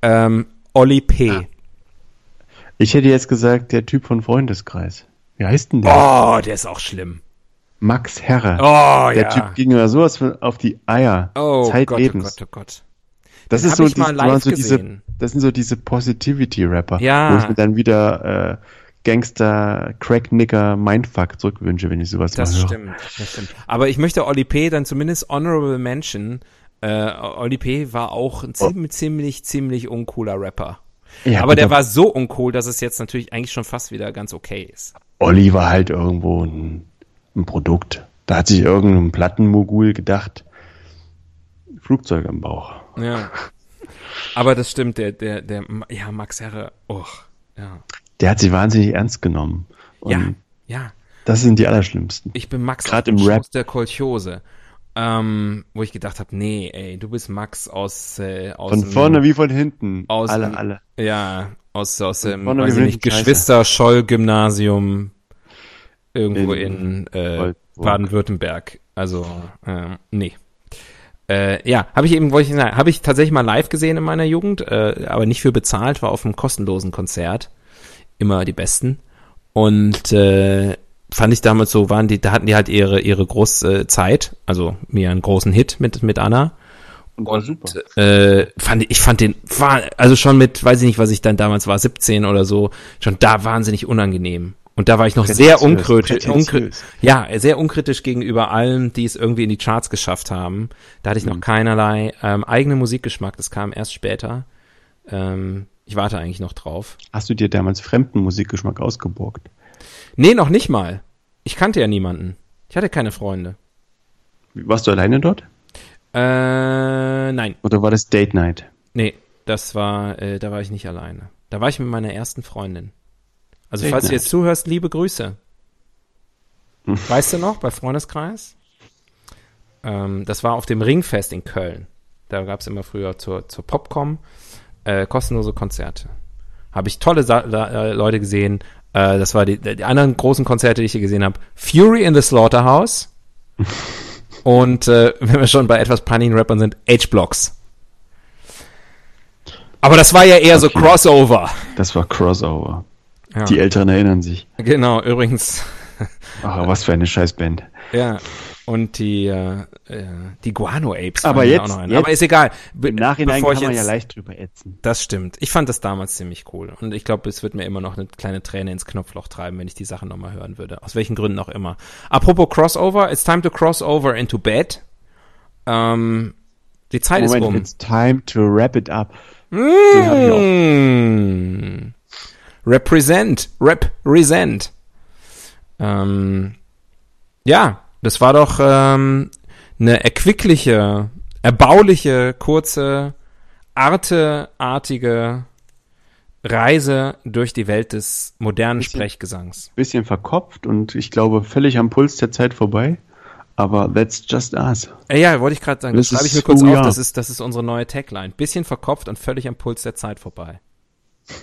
A: Ähm, Olli P.
B: Ich hätte jetzt gesagt, der Typ von Freundeskreis. Wie heißt denn der?
A: Oh, der ist auch schlimm.
B: Max Herre.
A: Oh,
B: der
A: ja.
B: Typ ging mir sowas von auf die Eier.
A: oh,
B: Zeitlebens.
A: Gott, oh Gott, oh Gott.
B: Das
A: Den
B: ist
A: hab
B: so,
A: ich mal
B: die-
A: live
B: waren so diese,
A: gesehen.
B: das sind so diese Positivity-Rapper,
A: Ja.
B: wo ich mir dann wieder äh, Gangster, Cracknicker, Mindfuck zurückwünsche, wenn ich sowas
A: Das
B: mal höre.
A: stimmt, das stimmt. Aber ich möchte Olli P. dann zumindest Honorable Mention. Äh, Olli P. war auch ein ziemlich, ziemlich, ziemlich uncooler Rapper.
B: Oh. Ja,
A: Aber der
B: guter
A: war so uncool, dass es jetzt natürlich eigentlich schon fast wieder ganz okay ist.
B: Olli war halt irgendwo ein, ein Produkt. Da hat sich irgendein Plattenmogul gedacht, Flugzeug am Bauch.
A: Ja. Aber das stimmt, der, der, der, ja, Max Herre, oh, ja.
B: Der hat sich wahnsinnig ernst genommen. Und
A: Ja, ja.
B: das sind die Allerschlimmsten.
A: Ich bin Max
B: Grad
A: aus dem
B: im Rap.
A: Schoß der Kolchose. Ähm, wo ich gedacht habe, nee, ey, du bist Max aus, äh, aus
B: Von
A: dem-
B: vorne wie von hinten.
A: aus
B: alle,
A: dem-
B: alle.
A: Ja, aus, aus dem
B: vorne
A: weiß ich
B: wir
A: nicht,
B: sind scheiße.
A: Geschwister-Scholl-Gymnasium irgendwo in,
B: In
A: äh,
B: Wolfsburg.
A: Baden-Württemberg. Also, ähm, nee. Äh, ja, habe ich eben, wollte ich sagen, habe ich tatsächlich mal live gesehen in meiner Jugend, äh, aber nicht für bezahlt, war auf einem kostenlosen Konzert. Immer die besten. Und äh, fand ich damals so, waren die, da hatten die halt ihre, ihre große Zeit, also mir einen großen Hit mit, mit Anna.
B: Und,
A: Äh, fand, ich fand den, war, also schon mit, weiß ich nicht, was ich dann damals war, 17 oder so, schon da wahnsinnig unangenehm. Und da war ich noch sehr
B: Prätentiös,
A: unkritisch, unkri
B: prätentiös.
A: ja, sehr unkritisch gegenüber allen, die es irgendwie in die Charts geschafft haben. Da hatte ich noch keinerlei ähm, eigenen Musikgeschmack, das kam erst später. Ähm, ich warte eigentlich noch drauf.
B: Hast du dir damals fremden Musikgeschmack ausgeborgt?
A: Nee, noch nicht mal. Ich kannte ja niemanden. Ich hatte keine Freunde.
B: Warst du alleine dort?
A: Äh, nein.
B: Oder war das Date Night?
A: Nee, das war, äh, da war ich nicht alleine. Da war ich mit meiner ersten Freundin. Also,
B: Sehr
A: falls du
B: nett.
A: jetzt zuhörst, liebe Grüße. Weißt du noch, bei Freundeskreis? Ähm, das war auf dem Ringfest in Köln. Da gab's immer früher zur, zur Popcom. äh, kostenlose Konzerte. Habe ich tolle Sa da, äh, Leute gesehen. Äh, das war die, die anderen großen Konzerte, die ich hier gesehen habe. Fury in the Slaughterhouse. Und äh, wenn wir schon bei etwas punnigen Rappern sind, H-Blocks. Aber das war ja eher so Crossover.
B: Das war Crossover.
A: Ja.
B: Die Älteren erinnern sich.
A: Genau, übrigens.
B: Ach, was für eine Scheißband.
A: Ja. Und die, äh, äh, die Guano Apes.
B: Aber
A: fallen mir
B: jetzt-
A: auch noch ein.
B: jetzt-
A: Aber ist egal. Be
B: Im Nachhinein
A: bevor
B: kann
A: ich
B: man ja
A: jetzt-
B: leicht drüber ätzen.
A: Das stimmt. Ich fand das damals ziemlich cool. Und ich glaube, es wird mir immer noch eine kleine Träne ins Knopfloch treiben, wenn ich die Sachen nochmal hören würde. Aus welchen Gründen auch immer. Apropos Crossover, it's time to cross over into bed. Ähm, die Zeit
B: Moment,
A: ist
B: it's time to wrap it up. Den hab ich auch.
A: um. Mm. Represent. Represent. Ähm, ja, das war doch ähm, eine erquickliche, erbauliche, kurze, arteartige Reise durch die Welt des modernen Sprechgesangs.
B: bisschen verkopft und ich glaube völlig am Puls der Zeit vorbei. Aber that's just us.
A: Äh, ja, wollte ich gerade sagen, das
B: Das
A: schreibe ich
B: ist oh
A: mir kurz
B: who we
A: auf,
B: are.
A: das ist, das ist unsere neue Tagline. Bisschen verkopft und völlig am Puls der Zeit vorbei.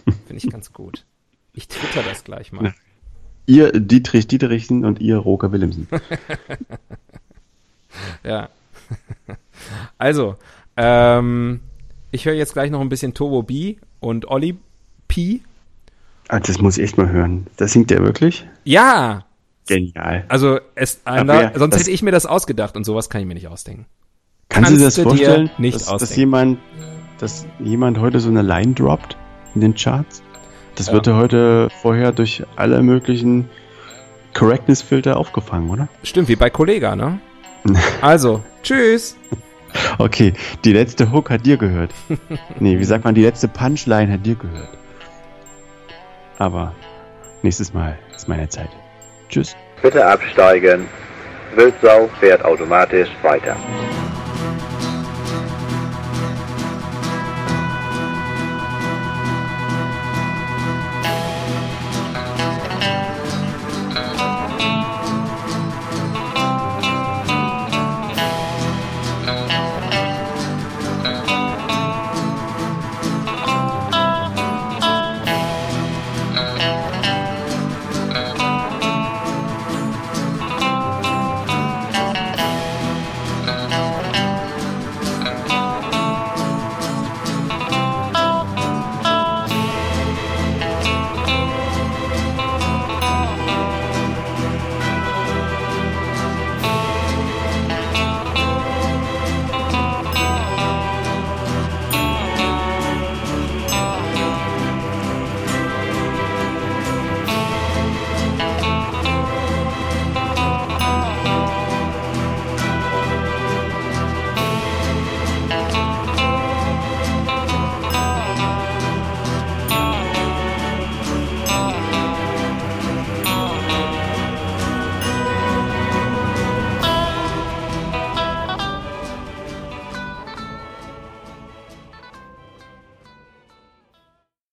A: Finde ich ganz gut. Ich twitter das gleich mal.
B: Ihr Dietrich Dieterichsen und ihr Roker Willemsen.
A: Ja. Also, ähm, ich höre jetzt gleich noch ein bisschen Turbo B und Olli P.
B: Ah, das muss ich echt mal hören. Das singt er wirklich?
A: Ja,
B: Genial.
A: also es,
B: Aber ja,
A: sonst
B: das-
A: hätte ich mir das ausgedacht und sowas kann ich mir nicht ausdenken.
B: Kannst du dir das
A: kannst du dir
B: vorstellen,
A: nicht
B: dass, dass,
A: ausdenken.
B: jemand, dass jemand heute so eine Line droppt in den Charts? Das
A: Ja.
B: wird ja heute vorher durch alle möglichen Correctness-Filter aufgefangen, oder?
A: Stimmt, wie bei Kollega, ne? Also, tschüss.
B: Okay, die letzte Hook hat dir gehört. nee, wie sagt man, die letzte Punchline hat dir gehört. Aber nächstes Mal ist meine Zeit. Tschüss.
E: Bitte absteigen. Wildsau fährt automatisch weiter.